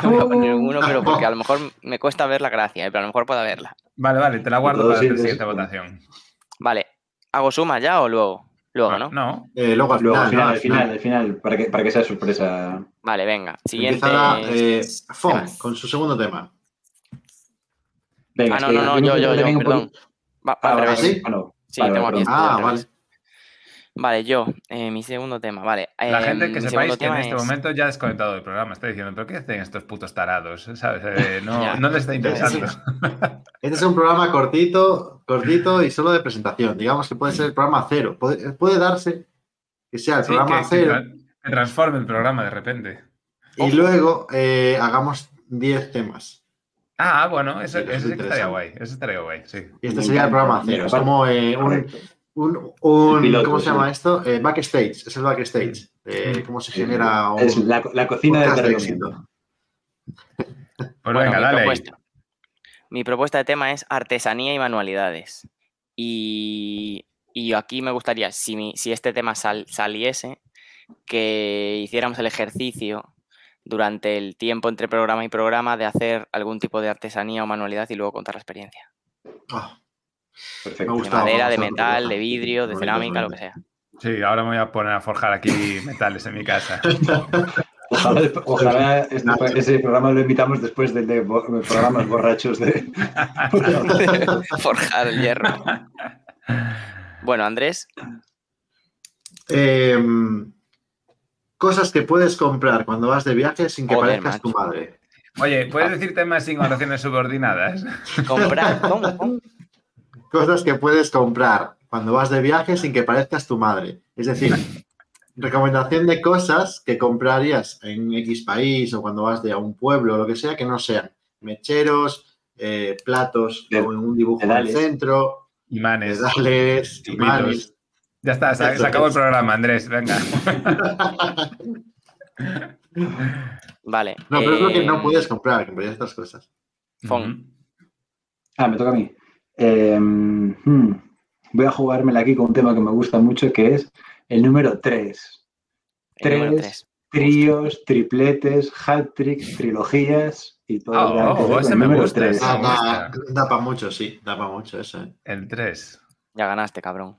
[SPEAKER 2] Voy a poner un uno, pero porque a lo mejor me cuesta ver la gracia, ¿eh? pero a lo mejor puedo verla.
[SPEAKER 3] Vale, vale, te la guardo
[SPEAKER 4] Todo
[SPEAKER 3] para la
[SPEAKER 4] sirve,
[SPEAKER 3] siguiente
[SPEAKER 4] sí.
[SPEAKER 3] votación.
[SPEAKER 2] Vale. ¿Hago suma ya o luego?
[SPEAKER 3] Ah,
[SPEAKER 2] Luego, ¿no?
[SPEAKER 3] No.
[SPEAKER 1] Eh, luego al
[SPEAKER 4] Luego, al
[SPEAKER 1] final,
[SPEAKER 4] final,
[SPEAKER 1] ¿no?
[SPEAKER 4] al final, al final, para que, para que sea sorpresa.
[SPEAKER 2] Vale, venga. Siguiente.
[SPEAKER 1] Empezará eh, Fon
[SPEAKER 2] temas.
[SPEAKER 1] con su segundo tema.
[SPEAKER 4] Venga,
[SPEAKER 2] Ah,
[SPEAKER 4] es
[SPEAKER 2] no,
[SPEAKER 4] que
[SPEAKER 2] no, no,
[SPEAKER 4] tengo
[SPEAKER 2] yo,
[SPEAKER 4] que
[SPEAKER 2] yo,
[SPEAKER 4] también
[SPEAKER 2] yo,
[SPEAKER 4] un
[SPEAKER 2] perdón.
[SPEAKER 4] poquito-
[SPEAKER 2] Va, va
[SPEAKER 4] Ah,
[SPEAKER 2] al
[SPEAKER 4] vale,
[SPEAKER 2] revés.
[SPEAKER 1] ¿sí?
[SPEAKER 4] ah, no.
[SPEAKER 2] Sí,
[SPEAKER 4] Vale,
[SPEAKER 2] tengo
[SPEAKER 4] vale,
[SPEAKER 2] aquí.
[SPEAKER 4] perdón.
[SPEAKER 2] estoy
[SPEAKER 1] Ah,
[SPEAKER 2] al revés.
[SPEAKER 1] vale.
[SPEAKER 2] Vale, yo, eh, mi segundo tema, vale.
[SPEAKER 3] La
[SPEAKER 2] eh,
[SPEAKER 3] gente que
[SPEAKER 2] mi
[SPEAKER 3] sepáis
[SPEAKER 2] segundo
[SPEAKER 3] que en
[SPEAKER 2] tema
[SPEAKER 3] este
[SPEAKER 2] es-
[SPEAKER 3] momento ya ha desconectado del programa. Está diciendo, ¿pero qué hacen estos putos tarados? ¿Sabes? Eh, no,
[SPEAKER 2] Ya.
[SPEAKER 3] no les está interesando.
[SPEAKER 1] Sí, Este es un programa cortito, cortito y solo de presentación. Digamos que puede ser el programa cero. Puede, puede darse que sea el
[SPEAKER 3] Sí,
[SPEAKER 1] programa
[SPEAKER 3] que, que
[SPEAKER 1] cero
[SPEAKER 3] tra- que transforme el programa de repente.
[SPEAKER 1] y luego eh, hagamos 10 temas.
[SPEAKER 3] Ah, bueno, eso,
[SPEAKER 1] Sí, eso es
[SPEAKER 3] eso sí que estaría
[SPEAKER 1] interesante.
[SPEAKER 3] guay. Eso estaría guay, sí. Pues
[SPEAKER 1] Y este
[SPEAKER 4] Me
[SPEAKER 1] sería el
[SPEAKER 4] encanta.
[SPEAKER 1] programa cero. Es
[SPEAKER 4] Vale.
[SPEAKER 1] como eh, un,
[SPEAKER 4] Correcto.
[SPEAKER 1] un- un-
[SPEAKER 4] El piloto,
[SPEAKER 1] ¿Cómo se
[SPEAKER 4] sí.
[SPEAKER 1] llama esto? Eh, backstage. Es el backstage. Eh, ¿Cómo se genera un
[SPEAKER 4] Es la, la cocina del
[SPEAKER 1] podcast de
[SPEAKER 4] perdido.
[SPEAKER 1] éxito?
[SPEAKER 3] Pues
[SPEAKER 2] bueno,
[SPEAKER 3] venga,
[SPEAKER 2] mi
[SPEAKER 3] dale ahí.
[SPEAKER 2] propuesta. Mi propuesta de tema es artesanía y manualidades. Y, y aquí me gustaría, si, mi- si este tema sal- saliese, que hiciéramos el ejercicio durante el tiempo entre programa y programa de hacer algún tipo de artesanía o manualidad y luego contar la experiencia.
[SPEAKER 1] Ah, me ha
[SPEAKER 4] Perfecto.
[SPEAKER 1] gustado,
[SPEAKER 2] de
[SPEAKER 1] me ha
[SPEAKER 2] madera,
[SPEAKER 1] gustado
[SPEAKER 2] de
[SPEAKER 1] tu
[SPEAKER 2] metal,
[SPEAKER 1] programa.
[SPEAKER 2] de vidrio, de
[SPEAKER 1] Bonito,
[SPEAKER 2] cerámica, lo que
[SPEAKER 1] bonito.
[SPEAKER 2] sea.
[SPEAKER 3] Sí, ahora me voy a poner a forjar aquí metales en mi casa.
[SPEAKER 4] Ojalá, ojalá este-
[SPEAKER 1] Nacho.
[SPEAKER 4] ese programa lo invitamos después del de bo- programas borrachos de.
[SPEAKER 2] Forjar el hierro. Bueno, Andrés,
[SPEAKER 1] Em, cosas que puedes comprar cuando vas de viaje sin que
[SPEAKER 2] Joder,
[SPEAKER 1] parezcas tu
[SPEAKER 2] macho.
[SPEAKER 1] madre.
[SPEAKER 3] Oye, ¿puedes decir temas sin oraciones subordinadas?
[SPEAKER 2] comprar. ¿Cómo? ¿Cómo?
[SPEAKER 1] Cosas que puedes comprar cuando vas de viaje sin que parezcas tu madre. Es decir, recomendación de cosas que comprarías en X país o cuando vas de a un pueblo o lo que sea que no sean mecheros, eh, platos
[SPEAKER 4] Ped-
[SPEAKER 1] con un dibujo al
[SPEAKER 4] pedales.
[SPEAKER 1] centro,
[SPEAKER 3] Imanes.
[SPEAKER 1] pedales,
[SPEAKER 3] Chupitos.
[SPEAKER 1] imanes.
[SPEAKER 3] Pues Ya está, se, se acabó el programa, Andrés, venga.
[SPEAKER 2] Vale.
[SPEAKER 1] No, pero es lo que no
[SPEAKER 2] em,
[SPEAKER 1] puedes comprar, comprarías estas cosas.
[SPEAKER 2] Fon.
[SPEAKER 4] Ah, me toca a mí. Eh, hmm, voy a jugármela aquí con un tema que me gusta mucho, que es el número 3.
[SPEAKER 2] el número
[SPEAKER 4] Tres.
[SPEAKER 2] tres.
[SPEAKER 4] Tríos, tripletes, hat-tricks, trilogías y todo.
[SPEAKER 3] Oh,
[SPEAKER 4] lo que hace
[SPEAKER 3] oh,
[SPEAKER 4] con
[SPEAKER 3] ese
[SPEAKER 4] el
[SPEAKER 3] me
[SPEAKER 4] número
[SPEAKER 3] gusta,
[SPEAKER 4] tres.
[SPEAKER 3] ese. Ah,
[SPEAKER 1] Ah,
[SPEAKER 3] gusta.
[SPEAKER 1] da para mucho, sí, da para mucho eso. ¿eh?
[SPEAKER 3] El 3.
[SPEAKER 2] Ya ganaste, cabrón.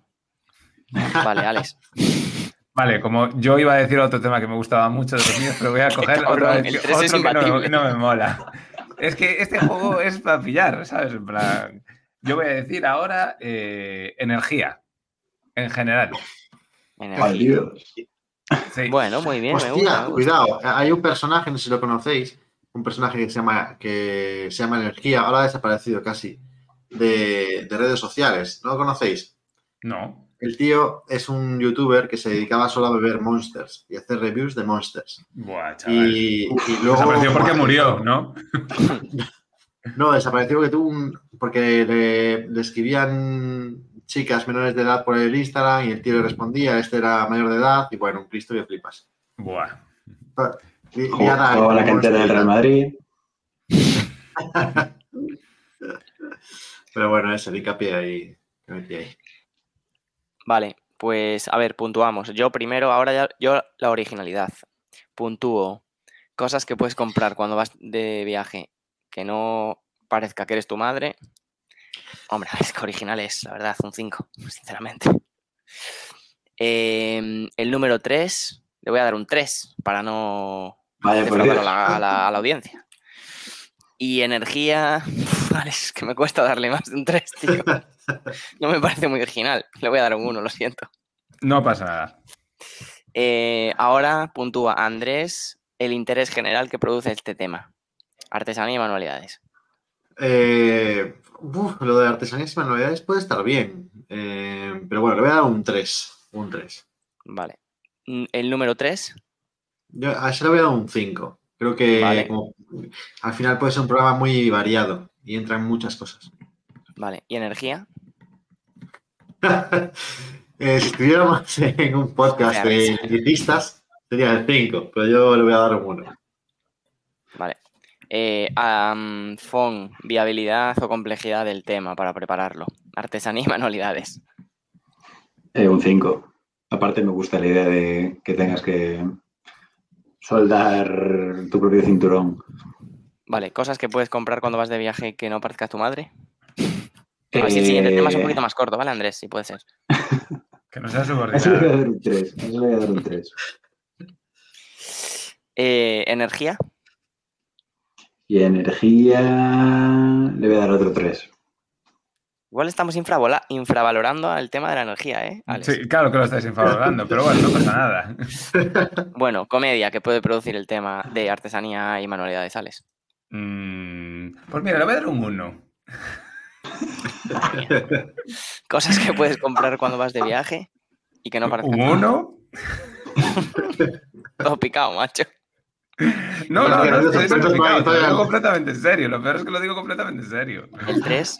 [SPEAKER 2] Vale, Alex.
[SPEAKER 3] Vale, como yo iba a decir otro tema que me gustaba mucho de los míos, pero voy a coger
[SPEAKER 2] Cabrón,
[SPEAKER 3] otra vez
[SPEAKER 2] el
[SPEAKER 3] que-
[SPEAKER 2] tres es
[SPEAKER 3] otro que no, me-
[SPEAKER 2] imbatible.
[SPEAKER 3] no me mola. Es que este juego es para pillar, ¿sabes? En plan, yo voy a decir ahora eh, energía, en general.
[SPEAKER 2] Energía.
[SPEAKER 4] Ay, Dios.
[SPEAKER 3] Sí.
[SPEAKER 2] Bueno, muy bien, me gusta.
[SPEAKER 1] Hostia,
[SPEAKER 2] me gusta.
[SPEAKER 1] cuidado, Eh, hay un personaje, no sé si lo conocéis, un personaje que se llama, que se llama Energía, ahora ha desaparecido casi, de, de redes sociales, ¿no lo conocéis?
[SPEAKER 3] No.
[SPEAKER 1] El tío es un youtuber que se dedicaba solo a beber monsters y hacer reviews de monsters.
[SPEAKER 3] Buah, chaval.
[SPEAKER 1] Y, y luego... pues,
[SPEAKER 3] Desapareció porque murió, ¿no?
[SPEAKER 1] No, desapareció porque tuvo un... porque le, le escribían chicas menores de edad por el Instagram y el tío le respondía, este era mayor de edad y bueno, un Cristo que flipas.
[SPEAKER 3] Buah.
[SPEAKER 1] Li- liada
[SPEAKER 4] Jugaba la
[SPEAKER 1] como
[SPEAKER 4] cantera
[SPEAKER 3] este
[SPEAKER 4] del
[SPEAKER 1] monstruo.
[SPEAKER 4] Real Madrid.
[SPEAKER 1] Pero bueno, ese el hincapié ahí. que metí ahí.
[SPEAKER 2] Vale, pues a ver, puntuamos. Yo primero, ahora ya, yo la originalidad. Puntúo. Cosas que puedes comprar cuando vas de viaje que no parezca que eres tu madre. Hombre, es que original es, la verdad, un 5, sinceramente. Em, el número 3, le voy a dar un 3 para no
[SPEAKER 3] este
[SPEAKER 4] Vaya por
[SPEAKER 2] defraudar a
[SPEAKER 4] Dios.
[SPEAKER 2] la, a la- a la audiencia. Y energía, vale, es que me cuesta darle más de un 3, tío. No me parece muy original. Le voy a dar un 1, lo siento.
[SPEAKER 3] No pasa nada.
[SPEAKER 2] Eh, ahora puntúa Andrés el interés general que produce este tema. Artesanía y manualidades.
[SPEAKER 1] Eh, uf, lo de artesanías y manualidades puede estar bien. Eh, pero bueno, le voy a dar un 3. Un 3.
[SPEAKER 2] Vale. Mm, El número 3,
[SPEAKER 1] Yo a ese le voy a dar un 5. Creo que
[SPEAKER 2] Vale.
[SPEAKER 1] como- al final puede ser un programa muy variado y entran muchas cosas.
[SPEAKER 2] vale. Y energía.
[SPEAKER 1] Eh, si estuviéramos en un podcast de listas, sería el 5, pero yo le voy a dar un 1.
[SPEAKER 2] Vale. Eh, am, FON, viabilidad o complejidad del tema para prepararlo. Artesanía y manualidades.
[SPEAKER 4] Eh, un 5. Aparte me gusta la idea de que tengas que soldar tu propio cinturón.
[SPEAKER 2] Vale, cosas que puedes comprar cuando vas de viaje que no parezca tu madre. A ver si el siguiente tema es un
[SPEAKER 4] Eh,
[SPEAKER 2] poquito más corto, ¿vale, Andrés? Si puede ser.
[SPEAKER 3] Que no sea
[SPEAKER 4] a ese le voy a
[SPEAKER 3] subordinado.
[SPEAKER 4] dar un 3. le voy a dar un 3.
[SPEAKER 2] Eh, energía.
[SPEAKER 4] Y energía le voy a dar otro 3.
[SPEAKER 2] Igual estamos infravola- infravalorando el tema de la energía, ¿eh? Alex?
[SPEAKER 3] Sí, claro que lo estáis infravalorando, pero bueno, no pasa nada.
[SPEAKER 2] Bueno, comedia que puede producir el tema de artesanía y manualidades, Alex.
[SPEAKER 3] Mm, pues mira, le voy a dar un 1.
[SPEAKER 2] Cosas que puedes comprar cuando vas de viaje y que no parezca
[SPEAKER 3] ¿Un
[SPEAKER 2] tu madre.
[SPEAKER 3] 1?
[SPEAKER 2] Todo picado, macho.
[SPEAKER 3] No, no, no, estoy
[SPEAKER 1] Entonces,
[SPEAKER 3] desubicado, te lo digo
[SPEAKER 1] todavía-
[SPEAKER 3] completamente en serio. Lo peor es que lo digo completamente en serio.
[SPEAKER 2] El 3,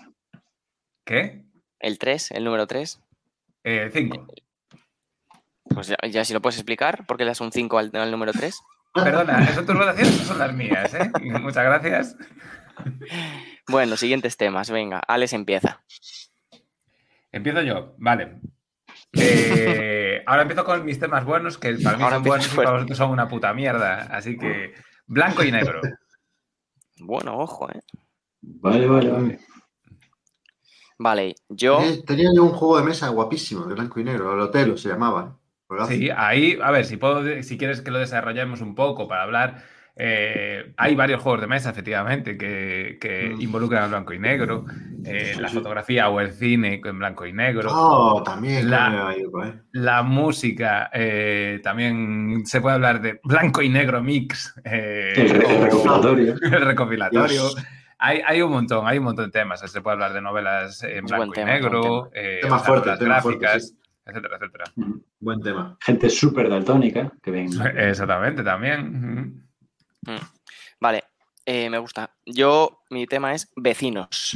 [SPEAKER 3] ¿Qué?
[SPEAKER 2] el 3, el número 3.
[SPEAKER 3] Eh, 5.
[SPEAKER 2] Pues ya, ya si lo puedes explicar, porque le das un 5 al, al número 3.
[SPEAKER 3] Perdona, ¿son tus relaciones o son las mías? Eh? Muchas gracias.
[SPEAKER 2] Bueno, siguientes temas, venga, Alex empieza.
[SPEAKER 3] Empiezo yo, vale. Eh, ahora empiezo con mis temas buenos, que para mí son
[SPEAKER 2] Ahora empiezas
[SPEAKER 3] buenos y para
[SPEAKER 2] fuerte.
[SPEAKER 3] vosotros son una puta mierda. Así que blanco y negro.
[SPEAKER 2] Bueno, ojo, ¿eh?
[SPEAKER 4] Vale, vale, vale.
[SPEAKER 2] Vale, yo,
[SPEAKER 1] Eh, Tenía yo un juego de mesa guapísimo, de blanco y negro, el Otelo se llamaba. ¿eh? Juegazo.
[SPEAKER 3] Sí, ahí, a ver, si puedo, de- si quieres que lo desarrollemos un poco para hablar. eh, hay varios juegos de mesa, efectivamente, que, que
[SPEAKER 1] Mm.
[SPEAKER 3] involucran al blanco y negro, eh, la fotografía o el cine en blanco y negro.
[SPEAKER 1] Oh, también.
[SPEAKER 3] La-
[SPEAKER 1] coño, ahí, pues.
[SPEAKER 3] La música, eh, también se puede hablar de blanco y negro mix, eh,
[SPEAKER 4] El, re- el
[SPEAKER 3] o
[SPEAKER 4] recopilatorio.
[SPEAKER 3] el recopilatorio.
[SPEAKER 1] Dios.
[SPEAKER 3] Hay, hay un montón, hay un montón de temas. Se puede hablar de novelas en
[SPEAKER 2] Es
[SPEAKER 3] blanco
[SPEAKER 2] buen
[SPEAKER 3] y
[SPEAKER 2] tema,
[SPEAKER 3] negro,
[SPEAKER 2] buen
[SPEAKER 3] eh,
[SPEAKER 1] Tema
[SPEAKER 3] hasta
[SPEAKER 1] fuerte,
[SPEAKER 3] novelas
[SPEAKER 1] tema fuerte,
[SPEAKER 3] gráficas,
[SPEAKER 1] sí.
[SPEAKER 3] etcétera, etcétera.
[SPEAKER 1] Buen tema.
[SPEAKER 4] Gente súper daltónica. Que ven.
[SPEAKER 3] Exactamente, también.
[SPEAKER 2] vale, eh, me gusta. Yo, mi tema es vecinos.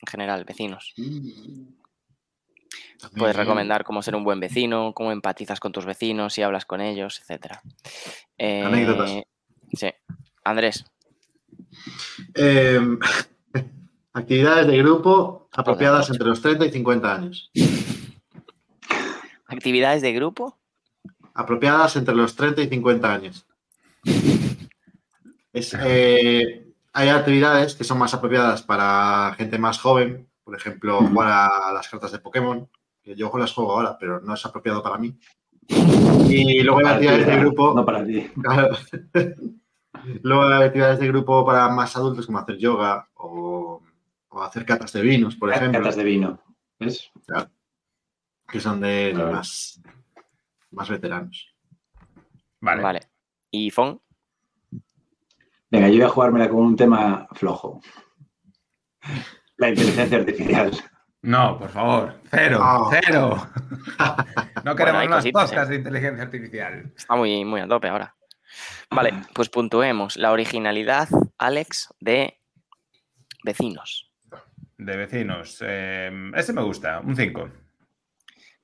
[SPEAKER 2] En general, vecinos. Puedes recomendar cómo ser un buen vecino, cómo empatizas con tus vecinos, si hablas con ellos, etc.
[SPEAKER 1] Anécdotas.
[SPEAKER 2] Sí. Andrés,
[SPEAKER 1] Eh, actividades de grupo apropiadas entre los 30 y 50 años.
[SPEAKER 2] actividades de grupo.
[SPEAKER 1] Apropiadas entre los 30 y 50 años. Es, eh, hay actividades que son más apropiadas para gente más joven, por ejemplo, jugar a las cartas de Pokémon, que yo las juego ahora, pero no es apropiado para mí. Y luego hay
[SPEAKER 4] Para ti,
[SPEAKER 1] actividades de
[SPEAKER 4] no,
[SPEAKER 1] este grupo
[SPEAKER 4] No para ti.
[SPEAKER 1] Claro. Luego hay actividades de grupo para más adultos como hacer yoga o, o hacer catas de vinos, por ejemplo,
[SPEAKER 4] Catas de vino. ¿Ves?
[SPEAKER 1] que son de, de
[SPEAKER 4] Claro.
[SPEAKER 1] más, más veteranos.
[SPEAKER 3] Vale.
[SPEAKER 2] Vale. Y Fon,
[SPEAKER 4] Venga, yo voy a jugármela con un tema flojo. La inteligencia artificial.
[SPEAKER 3] No, por favor, cero,
[SPEAKER 1] Ah.
[SPEAKER 3] cero. No queremos
[SPEAKER 2] hay
[SPEAKER 3] más
[SPEAKER 2] cositas, ¿eh?
[SPEAKER 3] podcasts de inteligencia artificial.
[SPEAKER 2] está muy, muy a tope ahora. Vale, pues puntuemos la originalidad, Alex, de vecinos.
[SPEAKER 3] De vecinos. Eh, este me gusta, un 5.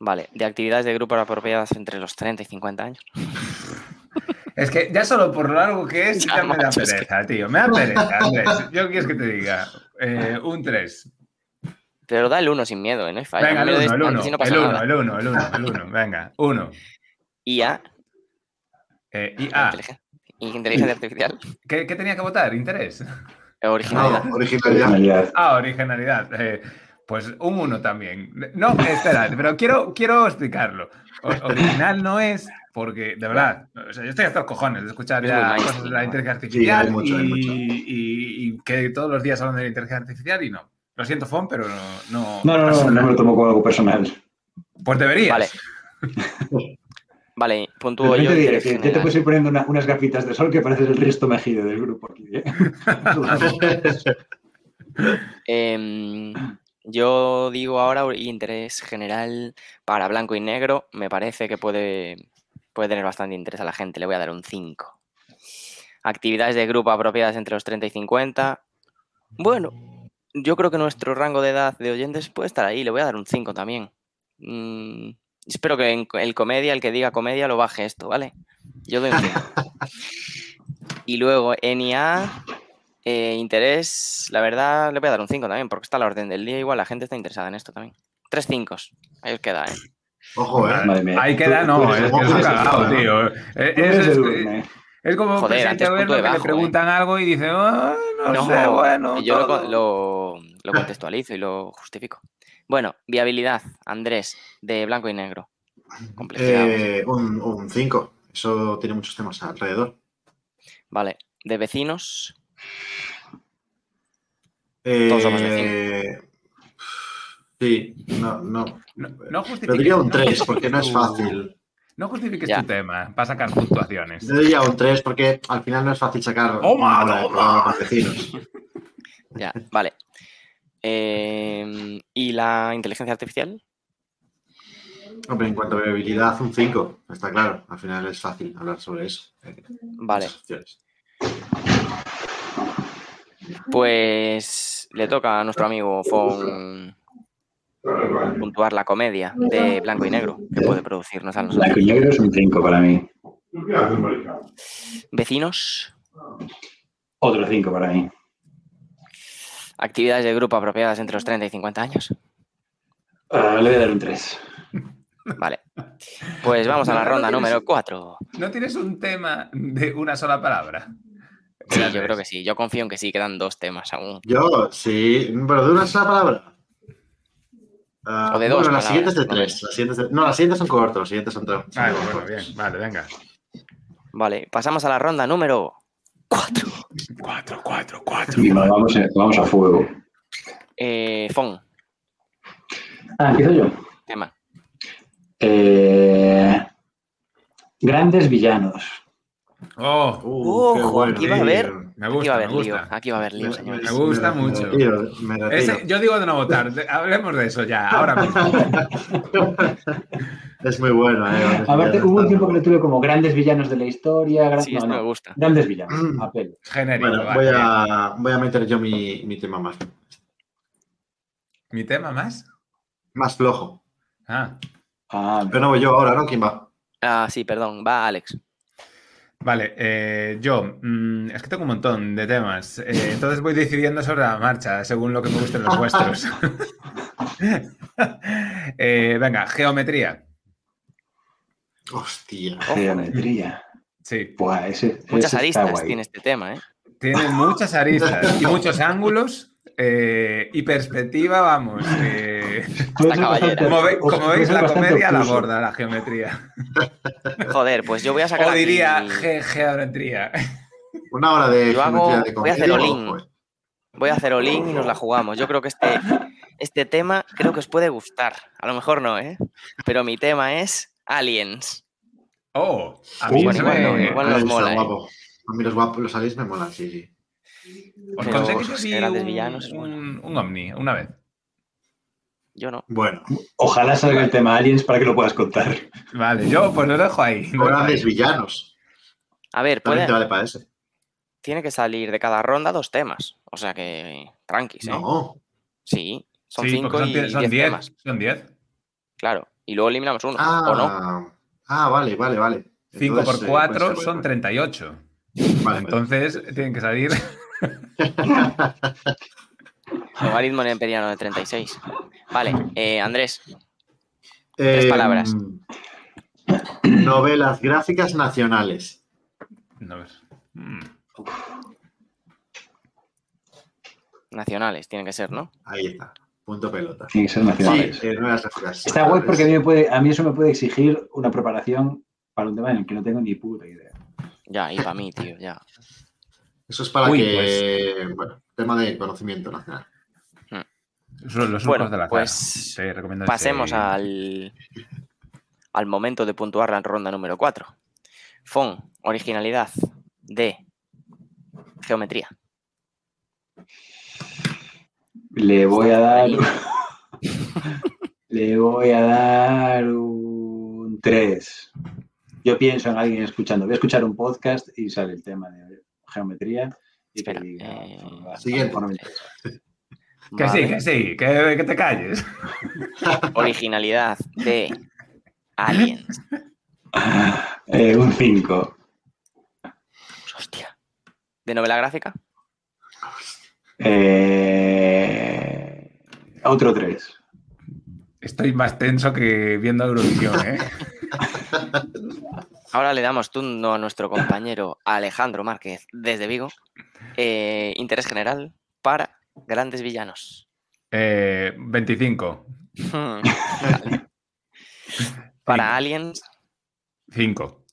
[SPEAKER 2] Vale, de actividades de grupo apropiadas entre los 30 y 50 años.
[SPEAKER 3] Es que ya solo por lo largo que es,
[SPEAKER 2] Ya,
[SPEAKER 3] ya, me da
[SPEAKER 2] macho, es que-
[SPEAKER 3] pereza, tío. Me da pereza, Andrés. Yo quieres que te diga. Eh, un 3.
[SPEAKER 2] Pero da el 1 sin miedo, ¿eh? No hay falla.
[SPEAKER 3] Venga, el
[SPEAKER 2] Miedo
[SPEAKER 3] 1,
[SPEAKER 2] es
[SPEAKER 3] el 1.
[SPEAKER 2] antes y no pasa
[SPEAKER 3] El 1,
[SPEAKER 2] nada.
[SPEAKER 3] el 1, el 1, el 1. Venga, 1.
[SPEAKER 2] IA,
[SPEAKER 3] Eh, y
[SPEAKER 2] la
[SPEAKER 3] A.
[SPEAKER 2] inteligen- inteligencia artificial,
[SPEAKER 3] ¿Qué, qué tenía que votar? ¿Interés?
[SPEAKER 2] originalidad.
[SPEAKER 1] No, originalidad.
[SPEAKER 3] Ah, originalidad. Eh, pues un 1 también. No, espera, pero quiero, quiero explicarlo. O- original no es porque, de verdad, o sea, yo estoy hasta los cojones de escuchar
[SPEAKER 2] Es
[SPEAKER 3] ya
[SPEAKER 2] muy
[SPEAKER 3] cosas de la
[SPEAKER 2] mainstream,
[SPEAKER 3] inteligencia artificial
[SPEAKER 1] hay mucho, hay
[SPEAKER 3] y,
[SPEAKER 1] mucho.
[SPEAKER 3] y- y que todos los días hablan de la inteligencia artificial y no. Lo siento, Fon, pero no. No,
[SPEAKER 4] No, no, no,
[SPEAKER 3] personal.
[SPEAKER 4] no me lo tomo como algo personal.
[SPEAKER 3] Pues deberías.
[SPEAKER 2] Vale. Vale,
[SPEAKER 4] De
[SPEAKER 2] puntúo yo.
[SPEAKER 4] repente diré
[SPEAKER 2] interés
[SPEAKER 4] que yo te
[SPEAKER 2] general.
[SPEAKER 4] puedes ir poniendo una- unas gafitas de sol que pareces el resto mejido del grupo aquí. ¿eh?
[SPEAKER 2] Em, yo digo ahora ori- interés general para blanco y negro. Me parece que puede, puede tener bastante interés a la gente. Le voy a dar un 5. Actividades de grupo apropiadas entre los 30 y 50. Bueno, yo creo que nuestro rango de edad de oyentes puede estar ahí. Le voy a dar un 5 también. Mm, espero que en co- el comedia, el que diga comedia, lo baje esto, ¿vale? Yo doy un 5. y luego NIA, eh, interés, la verdad, le voy a dar un 5 también, porque está a la orden del día. Igual la gente está interesada en esto también. Tres 5 ahí os queda, ¿eh?
[SPEAKER 1] Ojo, ¿eh?
[SPEAKER 4] Madre mía.
[SPEAKER 3] Ahí queda,
[SPEAKER 1] Tú
[SPEAKER 3] no,
[SPEAKER 1] eres el
[SPEAKER 3] es que es un
[SPEAKER 1] Fon,
[SPEAKER 3] cagao,
[SPEAKER 1] ¿no?
[SPEAKER 3] tío. Eh,
[SPEAKER 4] Tú eres
[SPEAKER 3] eso es-
[SPEAKER 4] el Urne.
[SPEAKER 3] Es como un
[SPEAKER 2] Joder,
[SPEAKER 3] presidente
[SPEAKER 2] antes
[SPEAKER 3] de gobierno
[SPEAKER 2] punto de
[SPEAKER 3] que le
[SPEAKER 2] bajo, eh.
[SPEAKER 3] preguntan algo y dice, "Ah, no, sé, bueno.
[SPEAKER 2] yo lo,
[SPEAKER 3] todo".
[SPEAKER 2] con- lo- lo contextualizo y lo justifico. Bueno, viabilidad, Andrés, de blanco y negro. Complejidad.
[SPEAKER 1] Eh, un 5. Eso tiene muchos temas alrededor.
[SPEAKER 2] Vale, de vecinos,
[SPEAKER 1] Eh,
[SPEAKER 2] Todos somos
[SPEAKER 1] Sí, no, no.
[SPEAKER 3] No, no
[SPEAKER 1] Pero
[SPEAKER 3] justifiques-
[SPEAKER 1] diría un
[SPEAKER 3] no
[SPEAKER 1] 3 porque no es
[SPEAKER 3] justifiques tu-
[SPEAKER 1] fácil.
[SPEAKER 3] No justifiques
[SPEAKER 2] Ya.
[SPEAKER 3] tu tema para sacar puntuaciones.
[SPEAKER 1] Yo diría un 3 porque al final no es fácil sacar
[SPEAKER 3] ¡Toma,
[SPEAKER 1] una hora de
[SPEAKER 3] toma!
[SPEAKER 1] programa con vecinos.
[SPEAKER 2] ya, vale. Em, ¿Y la inteligencia artificial?
[SPEAKER 1] Hombre, en cuanto a viabilidad, un 5, está claro. Al final es fácil hablar sobre eso. Eh,
[SPEAKER 2] Vale,
[SPEAKER 1] muchas opciones.
[SPEAKER 2] pues le toca a nuestro amigo Fon puntuar la comedia de blanco y negro que puede producirnos a nosotros.
[SPEAKER 4] Blanco y negro es un 5 para mí.
[SPEAKER 2] Vecinos,
[SPEAKER 4] Otro 5 para mí.
[SPEAKER 2] actividades de grupo apropiadas entre los 30 y 50 años.
[SPEAKER 4] Ah, le voy a dar un 3.
[SPEAKER 2] Vale. Pues vamos a la
[SPEAKER 3] Claro,
[SPEAKER 2] ronda
[SPEAKER 3] tienes-
[SPEAKER 2] número 4.
[SPEAKER 3] ¿No tienes un tema de una sola palabra?
[SPEAKER 2] Sí, yo creo que sí. Yo confío en que sí, quedan dos temas aún.
[SPEAKER 1] Yo, sí, pero de una sola palabra. Ah,
[SPEAKER 2] O de dos
[SPEAKER 1] bueno, las
[SPEAKER 2] palabras,
[SPEAKER 1] siguientes de
[SPEAKER 2] por lo
[SPEAKER 1] tres. Las siguientes de- No, las siguientes son cortos, las siguientes son tres.
[SPEAKER 3] Vale, Ah, bueno, bien. Vale, venga.
[SPEAKER 2] Vale, pasamos a la ronda número 4.
[SPEAKER 3] Cuatro, cuatro, cuatro.
[SPEAKER 4] Y va- vamos, a- vamos a fuego.
[SPEAKER 2] Eh, Fon,
[SPEAKER 4] Ah, empiezo yo.
[SPEAKER 2] tema.
[SPEAKER 4] Eh, grandes villanos.
[SPEAKER 3] Oh,
[SPEAKER 1] Uh, qué
[SPEAKER 2] Ojo,
[SPEAKER 1] bueno.
[SPEAKER 2] aquí va a haber-
[SPEAKER 1] Me-
[SPEAKER 3] me
[SPEAKER 2] Aquí va a
[SPEAKER 3] gusta, me
[SPEAKER 2] haber lío.
[SPEAKER 3] gusta.
[SPEAKER 2] Aquí va a haber lío, señores.
[SPEAKER 3] me gusta
[SPEAKER 1] me-
[SPEAKER 3] mucho.
[SPEAKER 1] Me retiro, me retiro.
[SPEAKER 3] Ese- yo digo de no votar. de- Hablemos de eso ya, ahora mismo.
[SPEAKER 1] Es muy bueno, eh.
[SPEAKER 4] Aparte, hubo un tiempo que lo tuve como grandes villanos de la historia. gran-
[SPEAKER 2] Sí,
[SPEAKER 4] no,
[SPEAKER 2] esto me
[SPEAKER 4] no.
[SPEAKER 2] gusta.
[SPEAKER 4] Grandes
[SPEAKER 3] Mm.
[SPEAKER 4] villanos. Apelo.
[SPEAKER 3] Genérico.
[SPEAKER 1] Bueno,
[SPEAKER 3] vale.
[SPEAKER 1] voy a, voy a meter yo mi, mi tema más,
[SPEAKER 3] ¿Mi tema más?
[SPEAKER 1] más flojo.
[SPEAKER 3] Ah,
[SPEAKER 4] Ah,
[SPEAKER 1] Pero no voy yo ahora, ¿no? ¿Quién va?
[SPEAKER 2] Ah, sí, perdón. Va Alex.
[SPEAKER 3] Vale, eh, yo mm, es que tengo un montón de temas, eh, entonces voy decidiendo sobre la marcha, según lo que me gusten los vuestros. Eh, venga, geometría.
[SPEAKER 1] Hostia.
[SPEAKER 4] geometría.
[SPEAKER 3] Sí,
[SPEAKER 4] Buah, ese,
[SPEAKER 2] Muchas
[SPEAKER 4] ese está
[SPEAKER 2] aristas
[SPEAKER 4] guay.
[SPEAKER 2] tiene este tema, ¿eh?
[SPEAKER 3] tiene muchas aristas y muchos ángulos eh, y perspectiva, vamos. eh,
[SPEAKER 4] Puede ser
[SPEAKER 2] La caballera.
[SPEAKER 4] bastante-
[SPEAKER 3] como, ve- como
[SPEAKER 4] puede
[SPEAKER 3] veis,
[SPEAKER 4] ser
[SPEAKER 3] la
[SPEAKER 4] bastante
[SPEAKER 3] comedia la
[SPEAKER 4] obtuso.
[SPEAKER 3] borda, la geometría.
[SPEAKER 2] Joder, pues yo voy a sacar
[SPEAKER 3] O diría
[SPEAKER 2] aquí-
[SPEAKER 3] ge- geometría.
[SPEAKER 1] Una hora de
[SPEAKER 2] Yo hago-
[SPEAKER 1] geometría de
[SPEAKER 2] voy a hacer
[SPEAKER 1] comedia,
[SPEAKER 2] all-in.
[SPEAKER 1] ojo, eh.
[SPEAKER 2] Voy a hacer olín y nos la jugamos. Yo creo que este, este tema creo que os puede gustar. A lo mejor no, ¿eh? Pero mi tema es Aliens.
[SPEAKER 3] Oh, a mí
[SPEAKER 4] Bueno,
[SPEAKER 3] se
[SPEAKER 2] igual no,
[SPEAKER 3] me...
[SPEAKER 2] igual-
[SPEAKER 1] Ahí
[SPEAKER 2] nos
[SPEAKER 1] está,
[SPEAKER 2] mola, eh.
[SPEAKER 1] guapo. A mí los guapos, los aliens me molan, sí, sí.
[SPEAKER 3] Os
[SPEAKER 2] Pero
[SPEAKER 3] conté que yo
[SPEAKER 2] los
[SPEAKER 3] vi
[SPEAKER 2] grandes
[SPEAKER 3] un-
[SPEAKER 2] villanos es bueno.
[SPEAKER 3] un, un ovni una vez.
[SPEAKER 2] Yo no.
[SPEAKER 1] Bueno,
[SPEAKER 4] Ojalá salga el tema aliens para que lo puedas contar.
[SPEAKER 3] Vale, yo pues lo dejo ahí. lo dejo ahí.
[SPEAKER 1] grandes villanos.
[SPEAKER 2] A ver, puede,
[SPEAKER 1] También te vale para ese.
[SPEAKER 2] tiene que salir de cada ronda dos temas. O sea que tranquis, ¿eh?
[SPEAKER 1] No,
[SPEAKER 2] Sí, son
[SPEAKER 3] Sí,
[SPEAKER 2] cinco
[SPEAKER 3] porque
[SPEAKER 2] y
[SPEAKER 3] die-
[SPEAKER 2] diez
[SPEAKER 3] diez,
[SPEAKER 2] temas.
[SPEAKER 3] Son 10.
[SPEAKER 2] Claro. Y luego eliminamos uno.
[SPEAKER 1] Ah,
[SPEAKER 2] ¿O no?
[SPEAKER 1] ah, vale, vale, vale.
[SPEAKER 3] 5
[SPEAKER 1] Entonces,
[SPEAKER 3] por
[SPEAKER 1] eh,
[SPEAKER 3] 4
[SPEAKER 1] puede ser,
[SPEAKER 3] son
[SPEAKER 1] puede
[SPEAKER 3] 38.
[SPEAKER 1] ser. Vale, vale.
[SPEAKER 3] Entonces tienen que salir.
[SPEAKER 2] Logaritmo neperiano de 36. Vale, eh, Andrés,
[SPEAKER 1] Eh,
[SPEAKER 2] palabras.
[SPEAKER 1] Novelas gráficas nacionales.
[SPEAKER 3] No ves. Mm.
[SPEAKER 2] nacionales, tienen que ser, ¿no?
[SPEAKER 1] Ahí está. Punto pelota.
[SPEAKER 4] Tiene que ser
[SPEAKER 1] Sí,
[SPEAKER 4] nacionales.
[SPEAKER 1] eh, novelas gráficas.
[SPEAKER 4] Está guay porque a mí, me puede- a mí eso me puede exigir una preparación para un tema en el que no tengo ni puta idea.
[SPEAKER 2] Ya, y para mí, tío, ya.
[SPEAKER 1] Eso es para
[SPEAKER 3] Uy, pues.
[SPEAKER 1] que. Bueno, tema de conocimiento nacional.
[SPEAKER 3] Son los surcos
[SPEAKER 2] Bueno,
[SPEAKER 3] de la
[SPEAKER 2] pues,
[SPEAKER 3] Te recomiendo ese-
[SPEAKER 2] Pasemos al, al momento de puntuar la ronda número 4. Fon, originalidad de geometría.
[SPEAKER 4] Le voy a dar.
[SPEAKER 2] Ahí.
[SPEAKER 4] Le voy a dar un 3. Yo pienso en alguien escuchando. Voy a escuchar un podcast y sale el tema de geometría. Y que
[SPEAKER 2] Espera,
[SPEAKER 4] diga, "Ah,
[SPEAKER 2] eh,
[SPEAKER 4] "Forma-
[SPEAKER 1] siguiente.
[SPEAKER 4] forma interesa".
[SPEAKER 3] Que sí, que
[SPEAKER 2] Vale.
[SPEAKER 3] sí, que, que te calles.
[SPEAKER 2] Originalidad de aliens.
[SPEAKER 4] Eh, un 5.
[SPEAKER 2] Hostia. ¿De novela gráfica?
[SPEAKER 4] Eh, otro 3.
[SPEAKER 3] Estoy más tenso que viendo Eurovisión, ¿eh?
[SPEAKER 2] Ahora le damos turno a nuestro compañero Alejandro Márquez desde Vigo. Eh, interés general para grandes villanos.
[SPEAKER 3] Eh, 25.
[SPEAKER 2] Hmm, vale. para aliens
[SPEAKER 3] 5.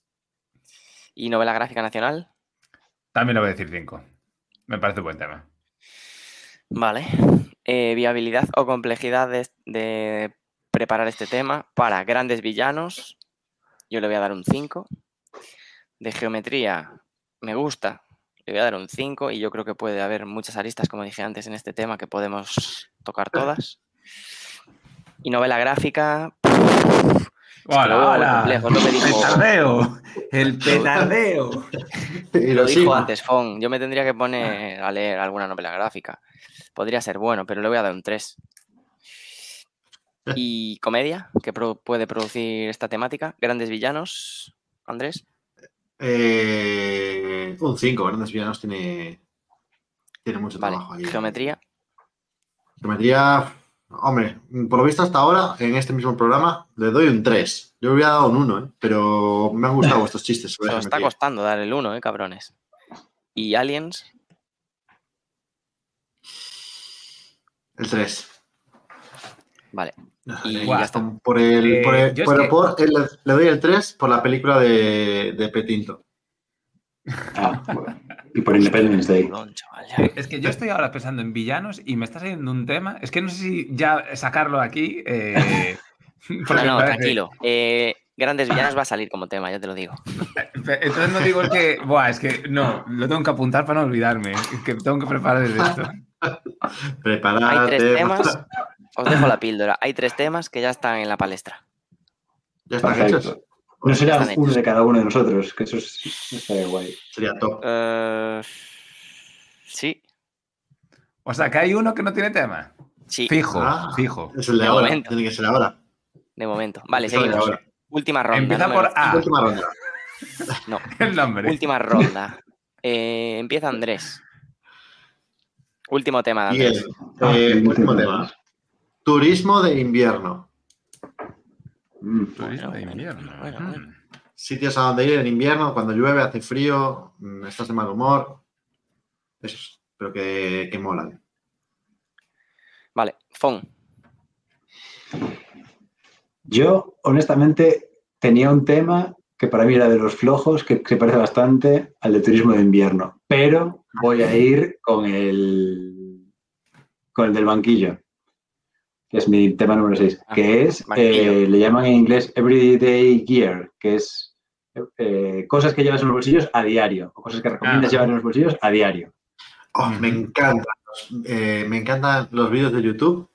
[SPEAKER 2] y novela gráfica nacional.
[SPEAKER 3] También le voy a decir 5. Me parece un buen tema.
[SPEAKER 2] Vale. Eh, viabilidad o complejidad de, de preparar este tema para grandes villanos. Yo le voy a dar un 5. De geometría, me gusta. Le voy a dar un 5 y yo creo que puede haber muchas aristas, como dije antes, en este tema que podemos tocar
[SPEAKER 3] Ah.
[SPEAKER 2] todas. Y novela gráfica,
[SPEAKER 3] ¡Hola,
[SPEAKER 2] luego el
[SPEAKER 3] hola!
[SPEAKER 2] complejo, lo que dijo-
[SPEAKER 3] ¡Petardeo! ¡El petardeo!
[SPEAKER 1] Y
[SPEAKER 2] lo dijo
[SPEAKER 1] sigo. Ah.
[SPEAKER 2] antes Fon, yo me tendría que poner a leer alguna novela gráfica. Podría ser bueno, pero le voy a dar un 3. ¿Y comedia? que pro- puede producir esta temática? ¿Grandes villanos, Andrés?
[SPEAKER 1] Eh, un 5, Grandes Villanos tiene, tiene mucho
[SPEAKER 2] Vale.
[SPEAKER 1] trabajo ahí.
[SPEAKER 2] ¿Geometría?
[SPEAKER 1] Geometría, hombre, por lo visto hasta ahora, en este mismo programa, le doy un 3. Yo le hubiera dado un 1, ¿eh? pero me han gustado estos chistes. sobre
[SPEAKER 2] Nos está
[SPEAKER 1] geometría.
[SPEAKER 2] costando dar el 1, ¿eh, cabrones? ¿Y Aliens?
[SPEAKER 1] El 3.
[SPEAKER 2] Vale. Y
[SPEAKER 3] Guau.
[SPEAKER 2] ya está.
[SPEAKER 1] Por el,
[SPEAKER 3] Eh,
[SPEAKER 1] por el-
[SPEAKER 3] yo es
[SPEAKER 1] pero
[SPEAKER 3] que-
[SPEAKER 1] por el- le doy el 3 por la película de, de Petinto.
[SPEAKER 4] Ah, bueno. Y por Independence Day.
[SPEAKER 2] Perdón, chaval, ya.
[SPEAKER 3] Es que yo estoy ahora pensando en villanos y me está saliendo un tema. Es que no sé si ya sacarlo aquí. eh, porque
[SPEAKER 2] No, no,
[SPEAKER 3] parece-
[SPEAKER 2] tranquilo. Eh, grandes villanos va a salir como tema, ya te lo digo.
[SPEAKER 3] Entonces no digo el que. Buah, es que no, lo tengo que apuntar para no olvidarme. Es que tengo que preparar esto.
[SPEAKER 2] Hay
[SPEAKER 1] Preparate.
[SPEAKER 2] tres temas. Os dejo la píldora. Hay tres temas que ya están en la palestra.
[SPEAKER 1] Ya están hechos.
[SPEAKER 4] Perfecto. No será
[SPEAKER 2] Están hechos.
[SPEAKER 4] uno de cada uno de nosotros, que eso es, estaría guay.
[SPEAKER 1] Sería top.
[SPEAKER 2] Eh, sí,
[SPEAKER 3] O sea, que hay uno que no tiene tema.
[SPEAKER 2] sí,
[SPEAKER 3] Fijo,
[SPEAKER 1] Ah.
[SPEAKER 3] fijo.
[SPEAKER 1] Es el de
[SPEAKER 2] De
[SPEAKER 1] ahora.
[SPEAKER 2] momento.
[SPEAKER 1] Tiene que ser ahora.
[SPEAKER 2] de momento. Vale,
[SPEAKER 1] Empieza de
[SPEAKER 2] seguimos.
[SPEAKER 1] ahora.
[SPEAKER 2] Última ronda.
[SPEAKER 3] Empieza
[SPEAKER 2] número-
[SPEAKER 3] por A,
[SPEAKER 1] Última ronda.
[SPEAKER 2] No,
[SPEAKER 3] el nombre.
[SPEAKER 2] última ronda. Eh, empieza Andrés. Último tema de
[SPEAKER 1] Bien.
[SPEAKER 2] Andrés.
[SPEAKER 4] Ah,
[SPEAKER 1] Eh, último tema. Turismo de invierno.
[SPEAKER 4] Mm.
[SPEAKER 3] Turismo de
[SPEAKER 2] Bueno,
[SPEAKER 3] invierno.
[SPEAKER 2] bueno,
[SPEAKER 3] Mm.
[SPEAKER 2] bueno.
[SPEAKER 1] Sitios a donde ir en invierno, cuando llueve, hace frío, mm, estás de mal humor. Eso es. Pero que, que molan.
[SPEAKER 2] Vale, Fon.
[SPEAKER 4] Yo, honestamente, tenía un tema que para mí era de los flojos, que se parece bastante al de turismo de invierno, pero voy a ir con el, con el del banquillo, que es mi tema número 6,
[SPEAKER 2] Ah,
[SPEAKER 4] que es,
[SPEAKER 2] banquillo.
[SPEAKER 4] eh, le llaman en inglés everyday gear, que es eh, cosas que llevas en los bolsillos a diario, o cosas que recomiendas
[SPEAKER 3] Ah.
[SPEAKER 4] llevar en los bolsillos a diario.
[SPEAKER 1] Oh, me encantan. los- eh, me encantan los vídeos de YouTube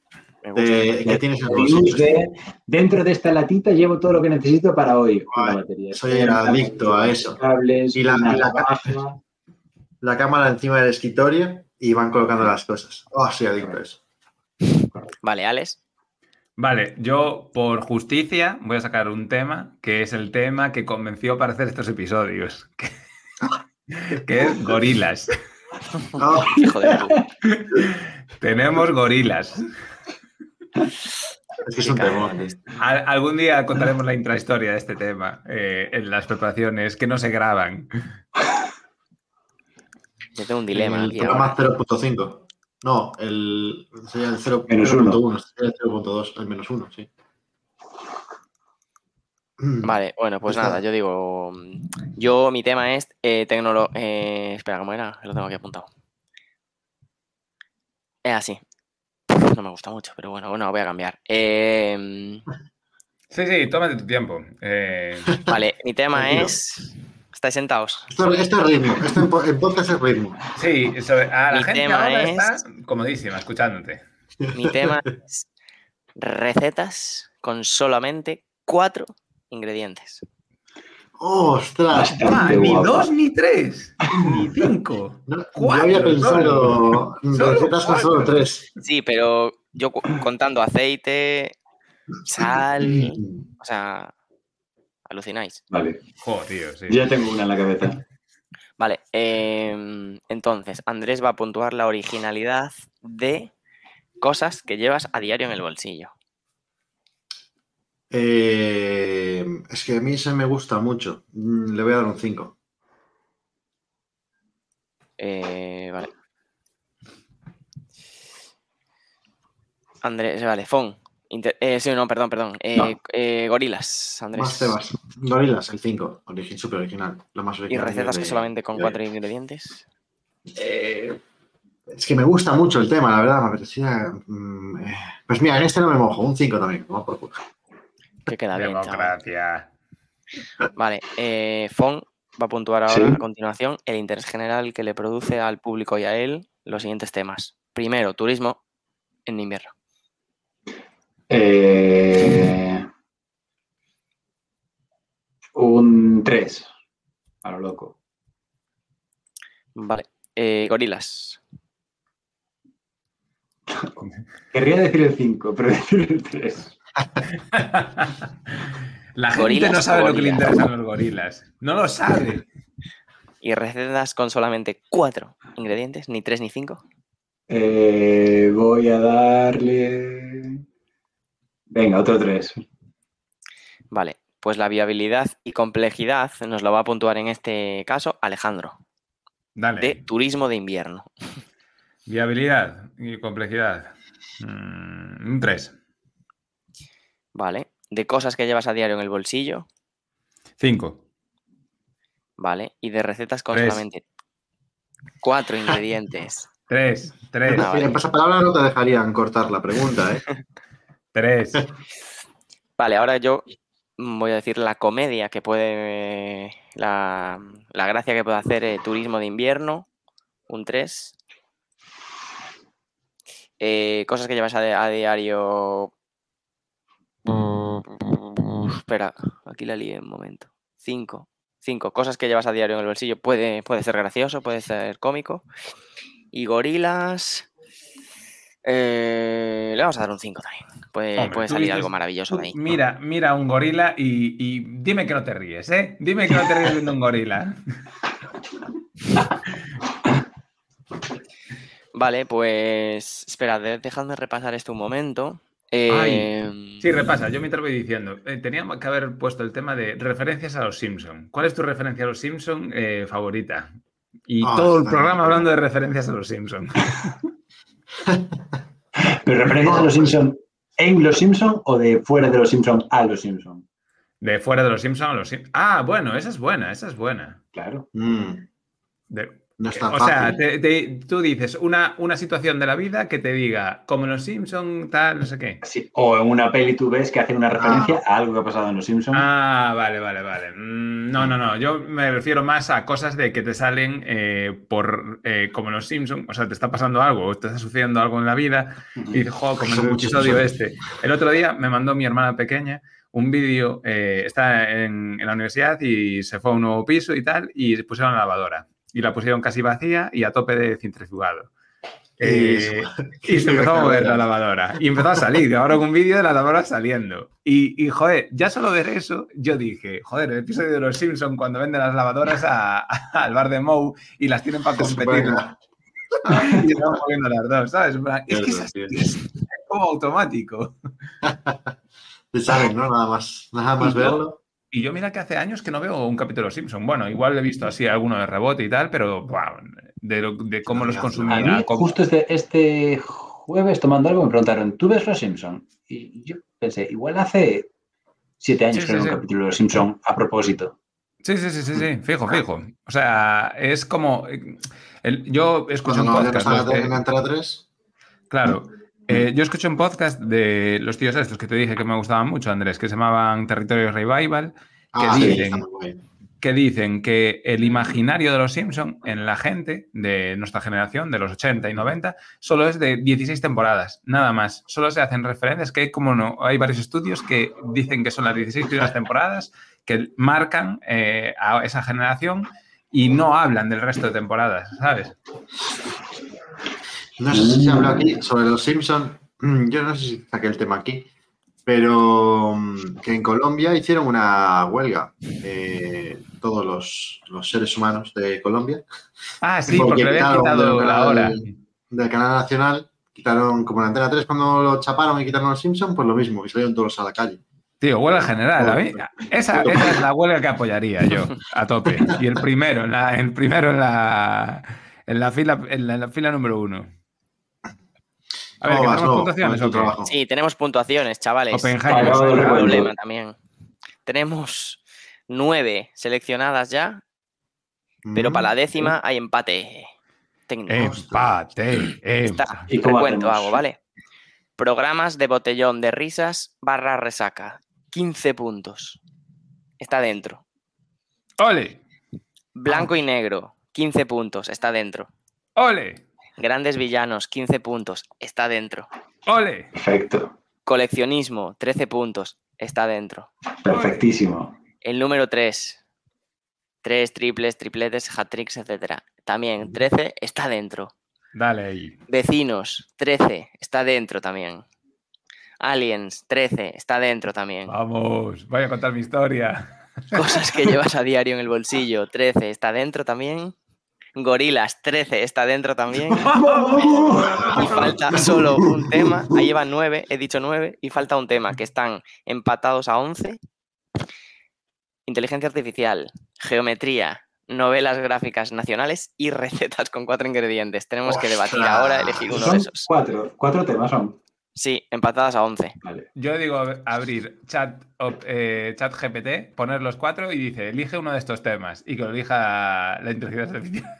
[SPEAKER 2] Me gusta.
[SPEAKER 1] de, que tienes en el bolsillo.
[SPEAKER 4] Reviews de, dentro de esta latita llevo todo lo que necesito para hoy.
[SPEAKER 1] Ay,
[SPEAKER 4] Una batería
[SPEAKER 1] soy
[SPEAKER 4] externa,
[SPEAKER 1] adicto a eso.
[SPEAKER 4] cables,
[SPEAKER 1] Y la-
[SPEAKER 4] una
[SPEAKER 1] y la-
[SPEAKER 4] navaja.
[SPEAKER 1] la cámara encima del escritorio y van colocando las cosas. Oh, soy adicto a eso.
[SPEAKER 2] Vale, Alex.
[SPEAKER 3] Vale, yo por justicia voy a sacar un tema que es el tema que convenció para hacer estos episodios, que, que es gorilas.
[SPEAKER 1] No,
[SPEAKER 2] Hijo de puta.
[SPEAKER 3] Tenemos gorilas.
[SPEAKER 1] es que es un temor.
[SPEAKER 3] Al- algún día contaremos la intrahistoria de este tema eh, en las preparaciones que no se graban.
[SPEAKER 2] Yo tengo un dilema
[SPEAKER 1] El
[SPEAKER 2] aquí ¿eh?
[SPEAKER 1] programa
[SPEAKER 2] ahora.
[SPEAKER 1] 0.5. No, el, sería el 0.1.
[SPEAKER 4] Menos uno.
[SPEAKER 1] sería el 0.2, el menos 1, sí.
[SPEAKER 2] Vale, bueno, pues
[SPEAKER 1] Está.
[SPEAKER 2] nada, yo digo. mm, Yo, mi tema es eh, tecnolo- eh, espera, ¿cómo era? Lo tengo aquí apuntado. Es así. No me gusta mucho, pero bueno, bueno, voy a cambiar. Eh, mm,
[SPEAKER 3] Sí, sí, tómate tu tiempo. Eh,
[SPEAKER 2] vale, mi tema
[SPEAKER 1] Tranquilo.
[SPEAKER 2] es. ¿Estáis sentados?
[SPEAKER 1] Esto, esto es ritmo. Esto en, po- en podcast es ritmo.
[SPEAKER 3] sí, sobre- a la
[SPEAKER 2] Mi
[SPEAKER 3] gente
[SPEAKER 2] tema
[SPEAKER 3] ahora
[SPEAKER 2] es-
[SPEAKER 3] está comodísima escuchándote.
[SPEAKER 2] Mi tema es recetas con solamente cuatro ingredientes.
[SPEAKER 1] ¡Ostras!
[SPEAKER 4] Bastante guapa.
[SPEAKER 3] Ah, ni tres, ni cinco.
[SPEAKER 1] No,
[SPEAKER 3] Cuatro,
[SPEAKER 1] yo había pensado
[SPEAKER 3] Solo
[SPEAKER 1] recetas con solo
[SPEAKER 3] cuatro.
[SPEAKER 1] tres.
[SPEAKER 2] Sí, pero yo cu- contando aceite,
[SPEAKER 1] Mm,
[SPEAKER 2] sal, o sea, alucináis.
[SPEAKER 4] Vale,
[SPEAKER 3] Joder, tío, sí.
[SPEAKER 4] yo ya tengo una en la cabeza.
[SPEAKER 2] Vale, em, entonces Andrés va a puntuar la originalidad de cosas que llevas a diario en el bolsillo.
[SPEAKER 1] Eh, es que a mí se me gusta mucho. Mm, Le voy a dar un 5.
[SPEAKER 2] Eh, vale. Andrés, vale, Fon. Inter- eh, sí, no, perdón, perdón. eh,
[SPEAKER 4] No.
[SPEAKER 2] eh, gorilas, Andrés.
[SPEAKER 1] Más temas. Gorilas, el 5. Origen, super original. Lo más
[SPEAKER 2] Y
[SPEAKER 1] original.
[SPEAKER 2] recetas
[SPEAKER 1] de-
[SPEAKER 2] que solamente con
[SPEAKER 1] de-
[SPEAKER 2] cuatro ingredientes.
[SPEAKER 1] Eh, es que me gusta mucho el tema, la verdad. Me parecía, mm, eh, pues mira, en este no me mojo. Un 5 también. vamos por culo.
[SPEAKER 2] Que queda bien, chaval.
[SPEAKER 3] Democracia.
[SPEAKER 2] Vale, eh, Fon va a puntuar ahora
[SPEAKER 4] Sí.
[SPEAKER 2] a continuación el interés general que le produce al público y a él los siguientes temas. Primero, turismo en invierno.
[SPEAKER 4] Eh, un 3. A lo loco.
[SPEAKER 2] Vale, eh, gorilas.
[SPEAKER 4] Querría decir el 5, pero voy a decir el 3.
[SPEAKER 3] La gente
[SPEAKER 2] Gorilas
[SPEAKER 3] no
[SPEAKER 2] o
[SPEAKER 3] sabe lo que le
[SPEAKER 2] gorilas.
[SPEAKER 3] interesan los gorilas. No lo sabe.
[SPEAKER 2] Y recetas con solamente cuatro ingredientes, ni tres ni cinco.
[SPEAKER 4] Eh, voy a darle. Venga, otro 3.
[SPEAKER 2] Vale, pues la viabilidad y complejidad nos lo va a puntuar en este caso Alejandro,
[SPEAKER 3] Dale.
[SPEAKER 2] de turismo de invierno.
[SPEAKER 3] Viabilidad y complejidad. Mm, un 3.
[SPEAKER 2] Vale, de cosas que llevas a diario en el bolsillo.
[SPEAKER 3] 5.
[SPEAKER 2] Vale, y de recetas con
[SPEAKER 3] Tres.
[SPEAKER 2] solamente cuatro ingredientes.
[SPEAKER 3] 3. 3.
[SPEAKER 2] Ah, vale.
[SPEAKER 1] Mira, En pasapalabra no te dejarían cortar la pregunta, ¿eh?
[SPEAKER 3] 3.
[SPEAKER 2] Vale, ahora yo mm, voy a decir la comedia que puede. eh, La, la gracia que puede hacer eh, turismo de invierno. Un 3. Eh, cosas que llevas a, di- a diario. Espera, aquí la lié un momento. 5. 5. Cosas que llevas a diario en el bolsillo. Puede, puede ser gracioso, puede ser cómico. Y gorilas. eh, le vamos a dar un 5 también. Puede,
[SPEAKER 3] Hombre,
[SPEAKER 2] puede
[SPEAKER 3] tú
[SPEAKER 2] salir
[SPEAKER 3] dices-
[SPEAKER 2] algo maravilloso de ahí.
[SPEAKER 3] Mira, mira un gorila y, y dime que no te ríes, ¿eh? Dime que no te ríes viendo un gorila.
[SPEAKER 2] Vale, pues espera, de- dejadme repasar esto un momento. Em,
[SPEAKER 3] Sí, repasa, yo mientras voy diciendo, eh, teníamos que haber puesto el tema de referencias a los Simpson. ¿Cuál es tu referencia a los Simpson eh, favorita? Y
[SPEAKER 1] Ah,
[SPEAKER 3] todo el
[SPEAKER 1] está bien.
[SPEAKER 3] programa hablando de referencias a los Simpson.
[SPEAKER 4] ¿Pero referencias a los Simpson en los Simpson o de fuera de los Simpson a los Simpson?
[SPEAKER 3] De fuera de los Simpson a los Simpson. Ah, bueno, esa es buena, esa es buena.
[SPEAKER 4] Claro.
[SPEAKER 1] Mm,
[SPEAKER 3] De-
[SPEAKER 1] no está
[SPEAKER 3] o sea,
[SPEAKER 1] fácil.
[SPEAKER 3] te- te- tú dices una, una situación de la vida que te diga, como en los Simpson, tal, no sé qué.
[SPEAKER 4] Sí, O en una peli tú ves que hacen una referencia a algo que ha pasado en los Simpson.
[SPEAKER 3] Ah, vale, vale, vale. Mm, No, no, no. Yo me refiero más a cosas de que te salen eh, por eh, como en los Simpsons. O sea, te está pasando algo, o te está sucediendo algo en la vida. Y dices, jo, como en
[SPEAKER 1] Son
[SPEAKER 3] el
[SPEAKER 1] muchos
[SPEAKER 3] episodio
[SPEAKER 1] episodios.
[SPEAKER 3] este. El otro día me mandó mi hermana pequeña un vídeo. eh, está en, en la universidad y se fue a un nuevo piso y tal. Y pusieron la lavadora. Y la pusieron casi vacía y a tope de centrifugado. Eh, y se empezó a mover la lavadora. Y empezó a salir. Ahora un vídeo de la lavadora saliendo. Y, y, joder, ya solo ver eso, yo dije, joder, el episodio de los Simpsons cuando venden las lavadoras a, a, al bar de Moe y las tienen para competir. y están moviendo las dos, ¿sabes? Es que es, así, es como automático.
[SPEAKER 1] Te saben, ¿no? Nada más, nada más
[SPEAKER 3] y
[SPEAKER 1] verlo.
[SPEAKER 3] Yo, y yo mira que hace años que no veo un capítulo de Simpson. Bueno, igual he visto así alguno de rebote y tal, pero wow, de, lo, de, cómo los consumía.
[SPEAKER 4] A mí,
[SPEAKER 3] cómo...
[SPEAKER 4] Justo este, este, jueves tomando algo me preguntaron, ¿tú ves Los Simpson? Y yo pensé, igual hace siete años
[SPEAKER 3] Sí, sí,
[SPEAKER 4] que no veo
[SPEAKER 3] sí.
[SPEAKER 4] un capítulo de Los Simpson a propósito.
[SPEAKER 3] Sí, sí, sí, sí, sí, fijo, fijo. O sea, es como. eh, el- yo escucho
[SPEAKER 1] Cuando
[SPEAKER 3] un
[SPEAKER 1] no, ya no están
[SPEAKER 3] podcast. ¿no?
[SPEAKER 1] en
[SPEAKER 3] Eh,
[SPEAKER 1] la entrada 3.
[SPEAKER 3] Claro. Eh, yo escuché un podcast de los tíos estos que te dije que me gustaban mucho, Andrés, que se llamaban Territorio Revival,
[SPEAKER 1] Ah,
[SPEAKER 3] que
[SPEAKER 1] sí,
[SPEAKER 3] dicen-
[SPEAKER 1] está muy bien.
[SPEAKER 3] que dicen que el imaginario de los Simpson en la gente de nuestra generación, de los 80 y 90, solo es de 16 temporadas, nada más. Solo se hacen referencias, que hay como no, hay varios estudios que dicen que son las 16 primeras temporadas que marcan eh, a esa generación y no hablan del resto de temporadas, ¿sabes?
[SPEAKER 1] No sé si se habló aquí sobre los Simpson. mm, Yo no sé si saqué el tema aquí, pero mm, que en Colombia hicieron una huelga eh, todos los, los seres humanos de Colombia
[SPEAKER 3] Ah, sí,
[SPEAKER 1] Porque
[SPEAKER 3] porque le habían
[SPEAKER 1] quitaron
[SPEAKER 3] quitado
[SPEAKER 1] del
[SPEAKER 3] la
[SPEAKER 1] canal
[SPEAKER 3] hora.
[SPEAKER 1] del canal nacional. Quitaron, como la antena 3 cuando lo chaparon y quitaron los Simpson, pues lo mismo, que salieron todos a la calle.
[SPEAKER 3] Tío, huelga general. A mí, esa, esa es la huelga que apoyaría yo, a tope. Y el primero, en la, el primero en la, en la fila, en la, en la fila número uno. A ver,
[SPEAKER 1] ¿Cómo
[SPEAKER 3] ¿que
[SPEAKER 1] vas,
[SPEAKER 3] tenemos
[SPEAKER 1] Lobo? ¿Cómo
[SPEAKER 3] puntuaciones o
[SPEAKER 1] es tu
[SPEAKER 3] qué?
[SPEAKER 1] trabajo?
[SPEAKER 2] Sí, tenemos puntuaciones, chavales.
[SPEAKER 3] Oppenheimer.
[SPEAKER 2] Tenemos un
[SPEAKER 4] Acabado el
[SPEAKER 2] problema
[SPEAKER 4] recuento.
[SPEAKER 2] también. Tenemos nueve seleccionadas ya, pero
[SPEAKER 1] Mm.
[SPEAKER 2] para la décima hay empate técnico.
[SPEAKER 3] Eh, Empate.
[SPEAKER 2] Está.
[SPEAKER 4] ¿Y cómo
[SPEAKER 2] Recuento
[SPEAKER 4] hacemos?
[SPEAKER 2] hago, ¿vale? Programas de botellón de risas barra resaca. 15 puntos. Está dentro.
[SPEAKER 3] ¡Ole!
[SPEAKER 2] Blanco
[SPEAKER 3] Ah.
[SPEAKER 2] y negro. 15 puntos. Está dentro.
[SPEAKER 3] ¡Ole!
[SPEAKER 2] Grandes villanos. 15 puntos. Está dentro.
[SPEAKER 3] ¡Ole!
[SPEAKER 4] Perfecto,
[SPEAKER 2] Coleccionismo. 13 puntos. Está dentro.
[SPEAKER 4] perfectísimo.
[SPEAKER 2] El número 3. 3 triples, tripletes, hat-tricks, etc. También 13 está dentro.
[SPEAKER 3] Dale ahí.
[SPEAKER 2] Vecinos, 13 está dentro también. Aliens, 13 está dentro también.
[SPEAKER 3] Vamos, voy a contar mi historia.
[SPEAKER 2] Cosas que llevas a diario en el bolsillo, 13 está dentro también. Gorilas, 13 está dentro también. Y falta solo un tema. Ahí llevan 9, he dicho 9. Y falta un tema, que están empatados a 11. Inteligencia artificial, geometría, novelas gráficas nacionales y recetas con cuatro ingredientes. Tenemos que debatir
[SPEAKER 1] ¡Ostras!
[SPEAKER 2] ahora, elegir uno de
[SPEAKER 4] Son
[SPEAKER 2] esos.
[SPEAKER 4] cuatro, cuatro temas son.
[SPEAKER 2] Sí, empatadas a 11.
[SPEAKER 4] Vale.
[SPEAKER 3] Yo digo ab- abrir chat, op- eh, chat GPT, poner los cuatro y dice, elige uno de estos temas y que lo elija la inteligencia artificial.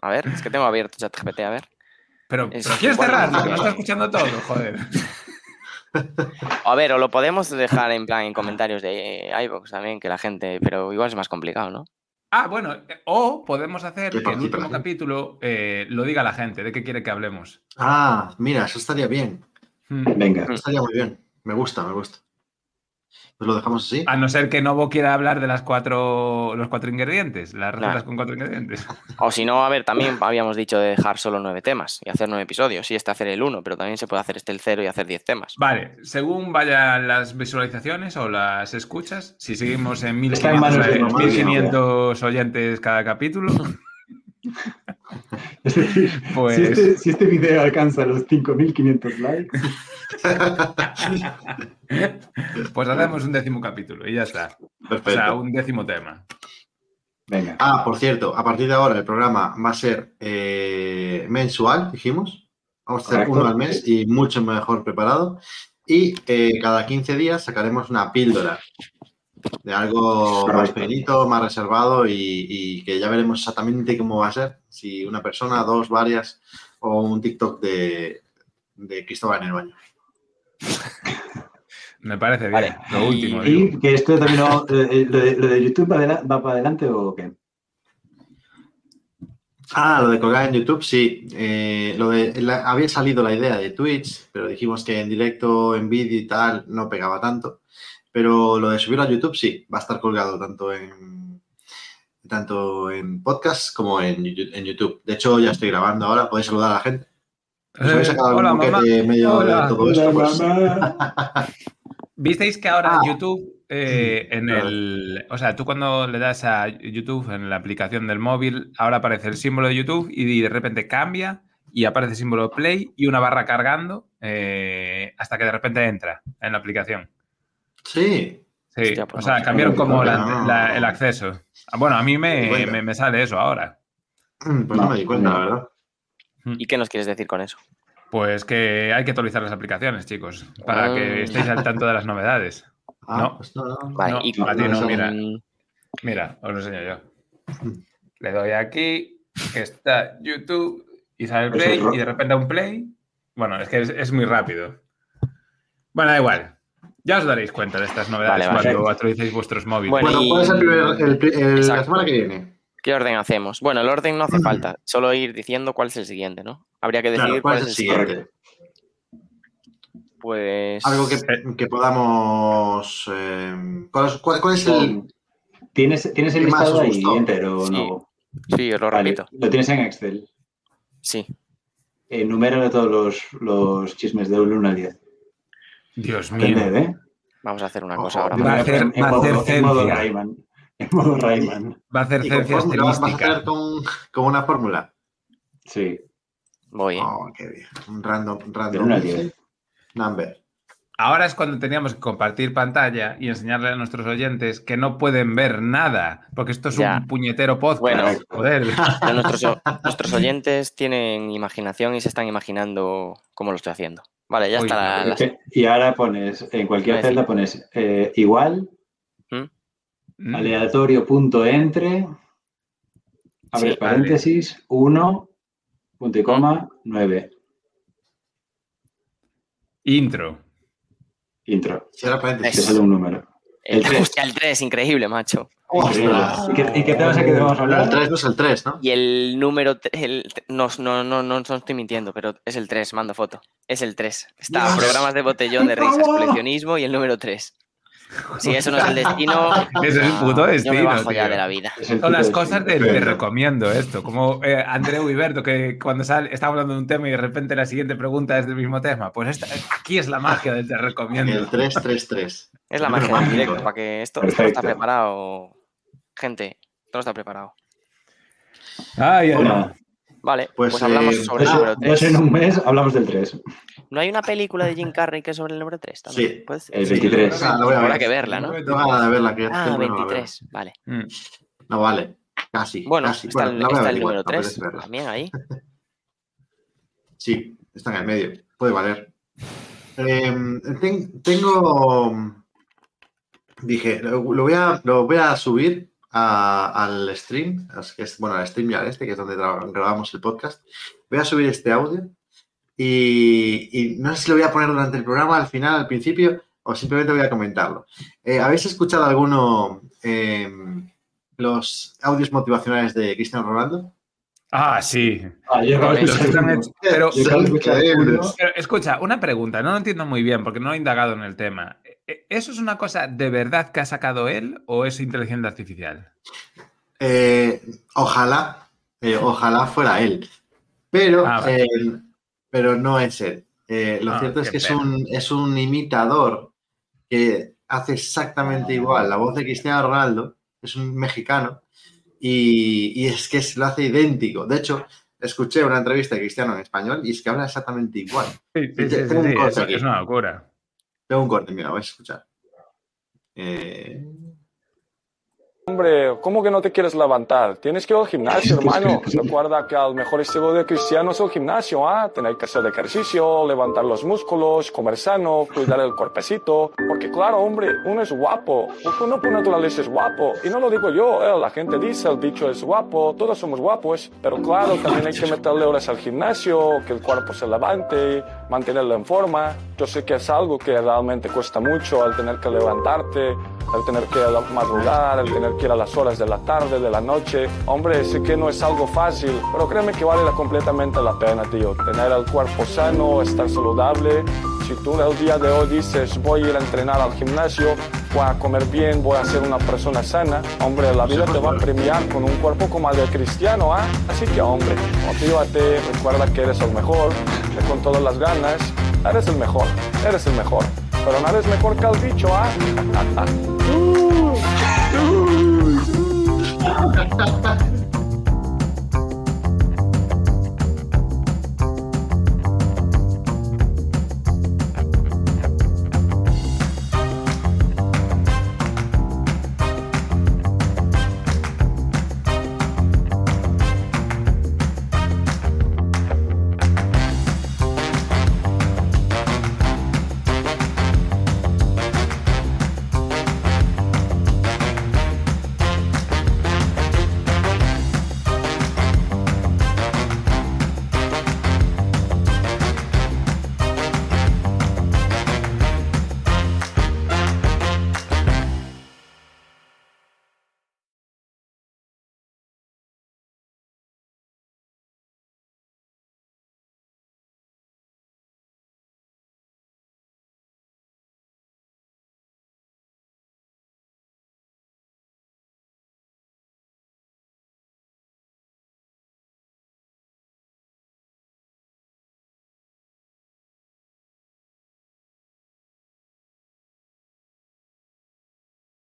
[SPEAKER 2] A ver, es que tengo abierto ChatGPT, a ver.
[SPEAKER 3] Pero,
[SPEAKER 2] Es
[SPEAKER 3] pero quieres
[SPEAKER 2] igual,
[SPEAKER 3] cerrar,
[SPEAKER 2] no
[SPEAKER 3] que no
[SPEAKER 2] sé.
[SPEAKER 3] está escuchando todo, joder.
[SPEAKER 2] A ver, o lo podemos dejar en plan en comentarios de eh, iVoox también, que la gente, pero igual es más complicado, ¿no?
[SPEAKER 3] Ah, bueno, eh, o podemos hacer
[SPEAKER 1] Qué
[SPEAKER 3] que el último
[SPEAKER 1] participación.
[SPEAKER 3] capítulo eh, lo diga la gente, de qué quiere que hablemos.
[SPEAKER 1] Ah, mira, eso estaría bien.
[SPEAKER 3] Mm.
[SPEAKER 4] Venga,
[SPEAKER 2] Mm.
[SPEAKER 1] Estaría muy bien. Me gusta, me gusta. Pues lo dejamos así.
[SPEAKER 3] A no ser que Novo quiera hablar de las cuatro, los cuatro ingredientes, las
[SPEAKER 2] Nah.
[SPEAKER 3] recetas con cuatro ingredientes.
[SPEAKER 2] O si no, a ver, también habíamos dicho de dejar solo nueve temas y hacer nueve episodios. Y este hacer el uno, pero también se puede hacer este el cero y hacer diez temas.
[SPEAKER 3] Vale, según vayan las visualizaciones o las escuchas, si seguimos en
[SPEAKER 4] Está en manos
[SPEAKER 3] 1500,
[SPEAKER 4] de
[SPEAKER 3] eh,
[SPEAKER 4] Novo,
[SPEAKER 3] 1500 oyentes cada capítulo,
[SPEAKER 4] Es decir,
[SPEAKER 3] pues...
[SPEAKER 4] si, este, si este video alcanza los 5.500 likes,
[SPEAKER 3] Pues hacemos un décimo capítulo y ya está. O sea,
[SPEAKER 1] Perfecto.
[SPEAKER 3] un décimo tema.
[SPEAKER 4] venga.
[SPEAKER 1] Ah, por cierto, a partir de ahora el programa va a ser eh, mensual, dijimos. Vamos a hacer
[SPEAKER 4] Correcto.
[SPEAKER 1] uno al mes y mucho mejor preparado. Y eh, cada 15 días sacaremos una píldora de algo más
[SPEAKER 4] Correcto.
[SPEAKER 1] pequeñito, más reservado y, y que ya veremos exactamente cómo va a ser. Si una persona, dos, varias o un TikTok de, de Cristóbal en el baño.
[SPEAKER 3] Me parece bien.
[SPEAKER 2] Vale.
[SPEAKER 3] Lo último. digo.
[SPEAKER 4] ¿Y que esto también lo, eh, eh, lo de, lo de YouTube va, adela- va para adelante o qué?
[SPEAKER 1] Ah, lo de colgar en YouTube, sí. Eh, lo de, la- había salido la idea de Twitch, pero dijimos que en directo, en vídeo y tal, no pegaba tanto. Pero lo de subirlo a YouTube, sí, va a estar colgado tanto en tanto en podcast como en, Yu- en YouTube. De hecho, ya estoy grabando ahora, podéis saludar a la gente. Si os habéis
[SPEAKER 3] Eh,
[SPEAKER 1] sacado
[SPEAKER 3] hola,
[SPEAKER 1] algún
[SPEAKER 3] mamá.
[SPEAKER 1] boquete medio
[SPEAKER 3] Hola,
[SPEAKER 1] de todo esto, pues,
[SPEAKER 3] Visteis que ahora
[SPEAKER 1] Ah.
[SPEAKER 3] YouTube, eh, en
[SPEAKER 1] Claro.
[SPEAKER 3] el. O sea, tú cuando le das a YouTube en la aplicación del móvil, ahora aparece el símbolo de YouTube y de repente cambia y aparece el símbolo Play y una barra cargando eh, hasta que de repente entra en la aplicación.
[SPEAKER 1] sí.
[SPEAKER 3] Sí,
[SPEAKER 2] Hostia, pues
[SPEAKER 3] o sea,
[SPEAKER 2] no.
[SPEAKER 3] cambiaron como la-
[SPEAKER 1] Ah.
[SPEAKER 3] la- el acceso. Ah, Bueno, a mí
[SPEAKER 1] Te
[SPEAKER 3] me,
[SPEAKER 1] cuenta.
[SPEAKER 3] me- me sale eso ahora.
[SPEAKER 1] Mm, Pues no,
[SPEAKER 4] No,
[SPEAKER 1] me di cuenta,
[SPEAKER 4] no.
[SPEAKER 1] la verdad.
[SPEAKER 2] ¿Y qué nos quieres decir con eso?
[SPEAKER 3] Pues que hay que actualizar las aplicaciones, chicos, para
[SPEAKER 2] Ah.
[SPEAKER 3] que estéis al tanto de las novedades.
[SPEAKER 1] Ah,
[SPEAKER 3] No.
[SPEAKER 1] pues no, no.
[SPEAKER 2] Vale,
[SPEAKER 3] No,
[SPEAKER 2] y
[SPEAKER 4] a ti no,
[SPEAKER 2] con-
[SPEAKER 3] mira. Mira, os lo enseño yo.
[SPEAKER 1] Mm.
[SPEAKER 3] Le doy aquí, que está YouTube, y sale el
[SPEAKER 4] Eso es
[SPEAKER 3] play,
[SPEAKER 4] ro-
[SPEAKER 3] y de repente un play. Bueno, es que es, es muy rápido. Bueno, da igual. Ya os daréis cuenta de estas novedades
[SPEAKER 2] Vale,
[SPEAKER 4] vale.
[SPEAKER 3] cuando actualicéis vuestros móviles.
[SPEAKER 2] Bueno,
[SPEAKER 1] Bueno,
[SPEAKER 2] y-
[SPEAKER 1] ¿cuál es el primer, el pri- el- la
[SPEAKER 2] Exacto.
[SPEAKER 1] semana que viene?
[SPEAKER 2] ¿Qué orden hacemos? Bueno, el orden no hace falta, solo ir diciendo cuál es el siguiente, ¿no? Habría que decidir
[SPEAKER 1] Claro,
[SPEAKER 2] cuál es el siguiente.
[SPEAKER 1] siguiente?
[SPEAKER 2] Pues.
[SPEAKER 1] Algo que,
[SPEAKER 3] Eh.
[SPEAKER 1] que podamos... eh, ¿cuál, es- cuál- cuál es el...?
[SPEAKER 4] ¿Tienes, tienes el
[SPEAKER 1] ¿Qué más
[SPEAKER 4] listado
[SPEAKER 1] os
[SPEAKER 4] ahí
[SPEAKER 1] gustó?
[SPEAKER 4] entero
[SPEAKER 2] Sí,
[SPEAKER 4] no?
[SPEAKER 2] Sí, os lo
[SPEAKER 4] Vale,
[SPEAKER 2] repito.
[SPEAKER 4] lo tienes en Excel.
[SPEAKER 2] Sí.
[SPEAKER 4] Enuméralo todos los, los chismes de un 1 al 10.
[SPEAKER 3] Dios mío.
[SPEAKER 4] Entended, ¿eh?
[SPEAKER 2] Vamos a hacer una
[SPEAKER 1] Ojo,
[SPEAKER 2] cosa ahora.
[SPEAKER 4] De
[SPEAKER 3] Va a
[SPEAKER 4] manera-
[SPEAKER 3] hacer-
[SPEAKER 4] en,
[SPEAKER 3] va a hacer
[SPEAKER 4] modo, en modo
[SPEAKER 3] ciencia.
[SPEAKER 4] Rayman. En modo Rayman.
[SPEAKER 3] Va a hacer
[SPEAKER 1] ¿Y con
[SPEAKER 3] ciencia
[SPEAKER 1] fórmula? ¿Vas a
[SPEAKER 3] estilística.
[SPEAKER 1] hacer con, con una fórmula?
[SPEAKER 4] Sí,
[SPEAKER 2] Voy, ¿eh?
[SPEAKER 1] Oh, qué bien. Un random,
[SPEAKER 4] de
[SPEAKER 1] random
[SPEAKER 4] 1 al 10.
[SPEAKER 1] number.
[SPEAKER 3] Ahora es cuando teníamos que compartir pantalla y enseñarle a nuestros oyentes que no pueden ver nada, porque esto es
[SPEAKER 2] Ya.
[SPEAKER 3] un puñetero podcast.
[SPEAKER 2] Bueno.
[SPEAKER 3] Joder.
[SPEAKER 2] Pero nuestros, o- nuestros oyentes tienen imaginación y se están imaginando cómo lo estoy haciendo. Vale, ya
[SPEAKER 3] Uy,
[SPEAKER 2] está la- la-
[SPEAKER 4] Ok, Eh, Y ahora pones, en cualquier
[SPEAKER 2] Iba a decir.
[SPEAKER 4] celda pones eh, igual,
[SPEAKER 2] Mm.
[SPEAKER 4] aleatorio punto entre, abres
[SPEAKER 2] Sí,
[SPEAKER 3] vale.
[SPEAKER 4] paréntesis, 1, punto y coma, 9,
[SPEAKER 3] Intro.
[SPEAKER 4] intro.
[SPEAKER 1] Cierra
[SPEAKER 4] Te
[SPEAKER 1] paréntesis.
[SPEAKER 2] Eso.
[SPEAKER 4] sale un número.
[SPEAKER 2] el,
[SPEAKER 4] el tres.
[SPEAKER 2] hostia, el 3, increíble, macho.
[SPEAKER 1] Ostras.
[SPEAKER 4] ¿Y qué, y qué tema es el que debemos
[SPEAKER 1] Bueno, el
[SPEAKER 4] hablar?
[SPEAKER 1] 3 no es el 3, ¿no?
[SPEAKER 2] Y el número 3, no, no, no, no, no estoy mintiendo, pero es el 3, mando foto. Es el 3. Está
[SPEAKER 1] Dios.
[SPEAKER 2] programas de botellón de risas,
[SPEAKER 4] favor.
[SPEAKER 2] coleccionismo y el número 3. Si eso no es el destino,
[SPEAKER 3] Eso es el puto
[SPEAKER 2] Ah, yo me
[SPEAKER 3] destino,
[SPEAKER 2] bajo ya
[SPEAKER 3] tío.
[SPEAKER 2] de la vida.
[SPEAKER 4] Es el
[SPEAKER 3] Son las
[SPEAKER 4] título
[SPEAKER 3] cosas
[SPEAKER 4] del
[SPEAKER 3] de te
[SPEAKER 1] Perfecto.
[SPEAKER 3] recomiendo esto, como eh, Andreu Iberto, que cuando sale, está hablando de un tema y de repente la siguiente pregunta es del mismo tema. Pues esta, aquí es la magia del te
[SPEAKER 1] El
[SPEAKER 3] recomiendo.
[SPEAKER 1] 3, 3, 3.
[SPEAKER 2] Es la
[SPEAKER 1] Número
[SPEAKER 2] magia del
[SPEAKER 1] mágico.
[SPEAKER 2] directo, para que esto, esto no está
[SPEAKER 4] Perfecto.
[SPEAKER 2] preparado. Gente, esto no está preparado.
[SPEAKER 3] Ay, ay,
[SPEAKER 4] Bueno,
[SPEAKER 3] ay.
[SPEAKER 2] Vale,
[SPEAKER 1] Pues,
[SPEAKER 2] pues, hablamos
[SPEAKER 1] eh,
[SPEAKER 2] sobre el
[SPEAKER 4] Eso-
[SPEAKER 2] número
[SPEAKER 4] dos
[SPEAKER 2] 3.
[SPEAKER 4] en un mes hablamos del 3.
[SPEAKER 2] ¿No hay una película de Jim Carrey que es sobre el número 3 también?
[SPEAKER 1] Sí.
[SPEAKER 2] Puede ser.
[SPEAKER 4] El 23.
[SPEAKER 1] Ah, la voy a ver.
[SPEAKER 2] Habrá que verla, ¿no?
[SPEAKER 1] Tengo ganas de verla, que
[SPEAKER 2] Ah,
[SPEAKER 1] tengo ganas de verla.
[SPEAKER 2] 23, vale.
[SPEAKER 3] Mm.
[SPEAKER 1] No vale. Casi.
[SPEAKER 2] Bueno,
[SPEAKER 1] casi.
[SPEAKER 2] está, el,
[SPEAKER 1] Ah, la voy a
[SPEAKER 2] está el
[SPEAKER 1] averiguar,
[SPEAKER 2] número
[SPEAKER 1] me
[SPEAKER 2] 3
[SPEAKER 1] apetece verla.
[SPEAKER 2] también ahí.
[SPEAKER 1] Sí, está en el medio. Puede valer. Eh, ten- tengo. Dije, lo lo voy a, lo voy a subir a- al stream, as- que es, bueno, al stream y al este, que es donde gra- grabamos el podcast. Voy a subir este audio y, y no sé si lo voy a poner durante el programa, al final, al principio, o simplemente voy a comentarlo. Eh, ¿Habéis escuchado alguno eh, los audios motivacionales de Cristiano Ronaldo?
[SPEAKER 3] Ah, sí.
[SPEAKER 4] Ayer
[SPEAKER 2] Los
[SPEAKER 3] Los que están hechos- Pero,
[SPEAKER 4] Sí.
[SPEAKER 1] Son increíbles.
[SPEAKER 3] pero escucha, una pregunta, no lo entiendo muy bien porque no he indagado en el tema. ¿E- e- ¿Eso es una cosa de verdad que ha sacado él o es inteligencia artificial?
[SPEAKER 1] Eh, ojalá, eh, ojalá fuera él. Pero,
[SPEAKER 3] Ah, vale.
[SPEAKER 1] eh, pero no es él. Eh, lo
[SPEAKER 3] Ah,
[SPEAKER 1] cierto es
[SPEAKER 3] qué
[SPEAKER 1] que es
[SPEAKER 3] pena.
[SPEAKER 1] un, es un imitador que hace
[SPEAKER 3] Ah.
[SPEAKER 1] exactamente igual. La voz de Cristiano Ronaldo es un mexicano y, y es que se lo hace idéntico. De hecho, escuché una entrevista de Cristiano en español y es que habla exactamente igual.
[SPEAKER 3] Sí,
[SPEAKER 1] sí, sí, sí, sí,
[SPEAKER 3] es,
[SPEAKER 1] es- es
[SPEAKER 3] una locura.
[SPEAKER 1] Tengo un corte, mira, vais a escuchar. Eh,
[SPEAKER 5] Hombre, ¿cómo que no te quieres levantar? Tienes que ir al gimnasio, hermano. Pues Recuerda que al mejor estilo de cristiano es el gimnasio, ¿ah? Tener que hacer ejercicio, levantar los músculos, comer sano, cuidar el cuerpecito. Porque claro, hombre, uno es guapo. Uno por naturaleza es guapo. Y no lo digo yo, eh, la gente dice, el dicho es guapo, todos somos guapos. Pero claro, también hay que meterle horas al gimnasio, que el cuerpo se levante, mantenerlo en forma. Yo sé que es algo que realmente cuesta mucho al tener que levantarte al tener que la- madrugar, al tener que ir a las horas de la tarde, de la noche. Hombre, sé que no es algo fácil, pero créeme que vale la- completamente la pena, tío. Tener el cuerpo sano, estar saludable. Si tú el día de hoy dices voy a ir a entrenar al gimnasio, voy a comer bien, voy a ser una persona sana, hombre, la vida te va a premiar con un cuerpo como el de cristiano, ¿ah? Así que, hombre, motívate, recuerda que eres el mejor, que con todas las ganas, eres el mejor, eres el mejor. Pero no eres mejor que el bicho, ¿ah?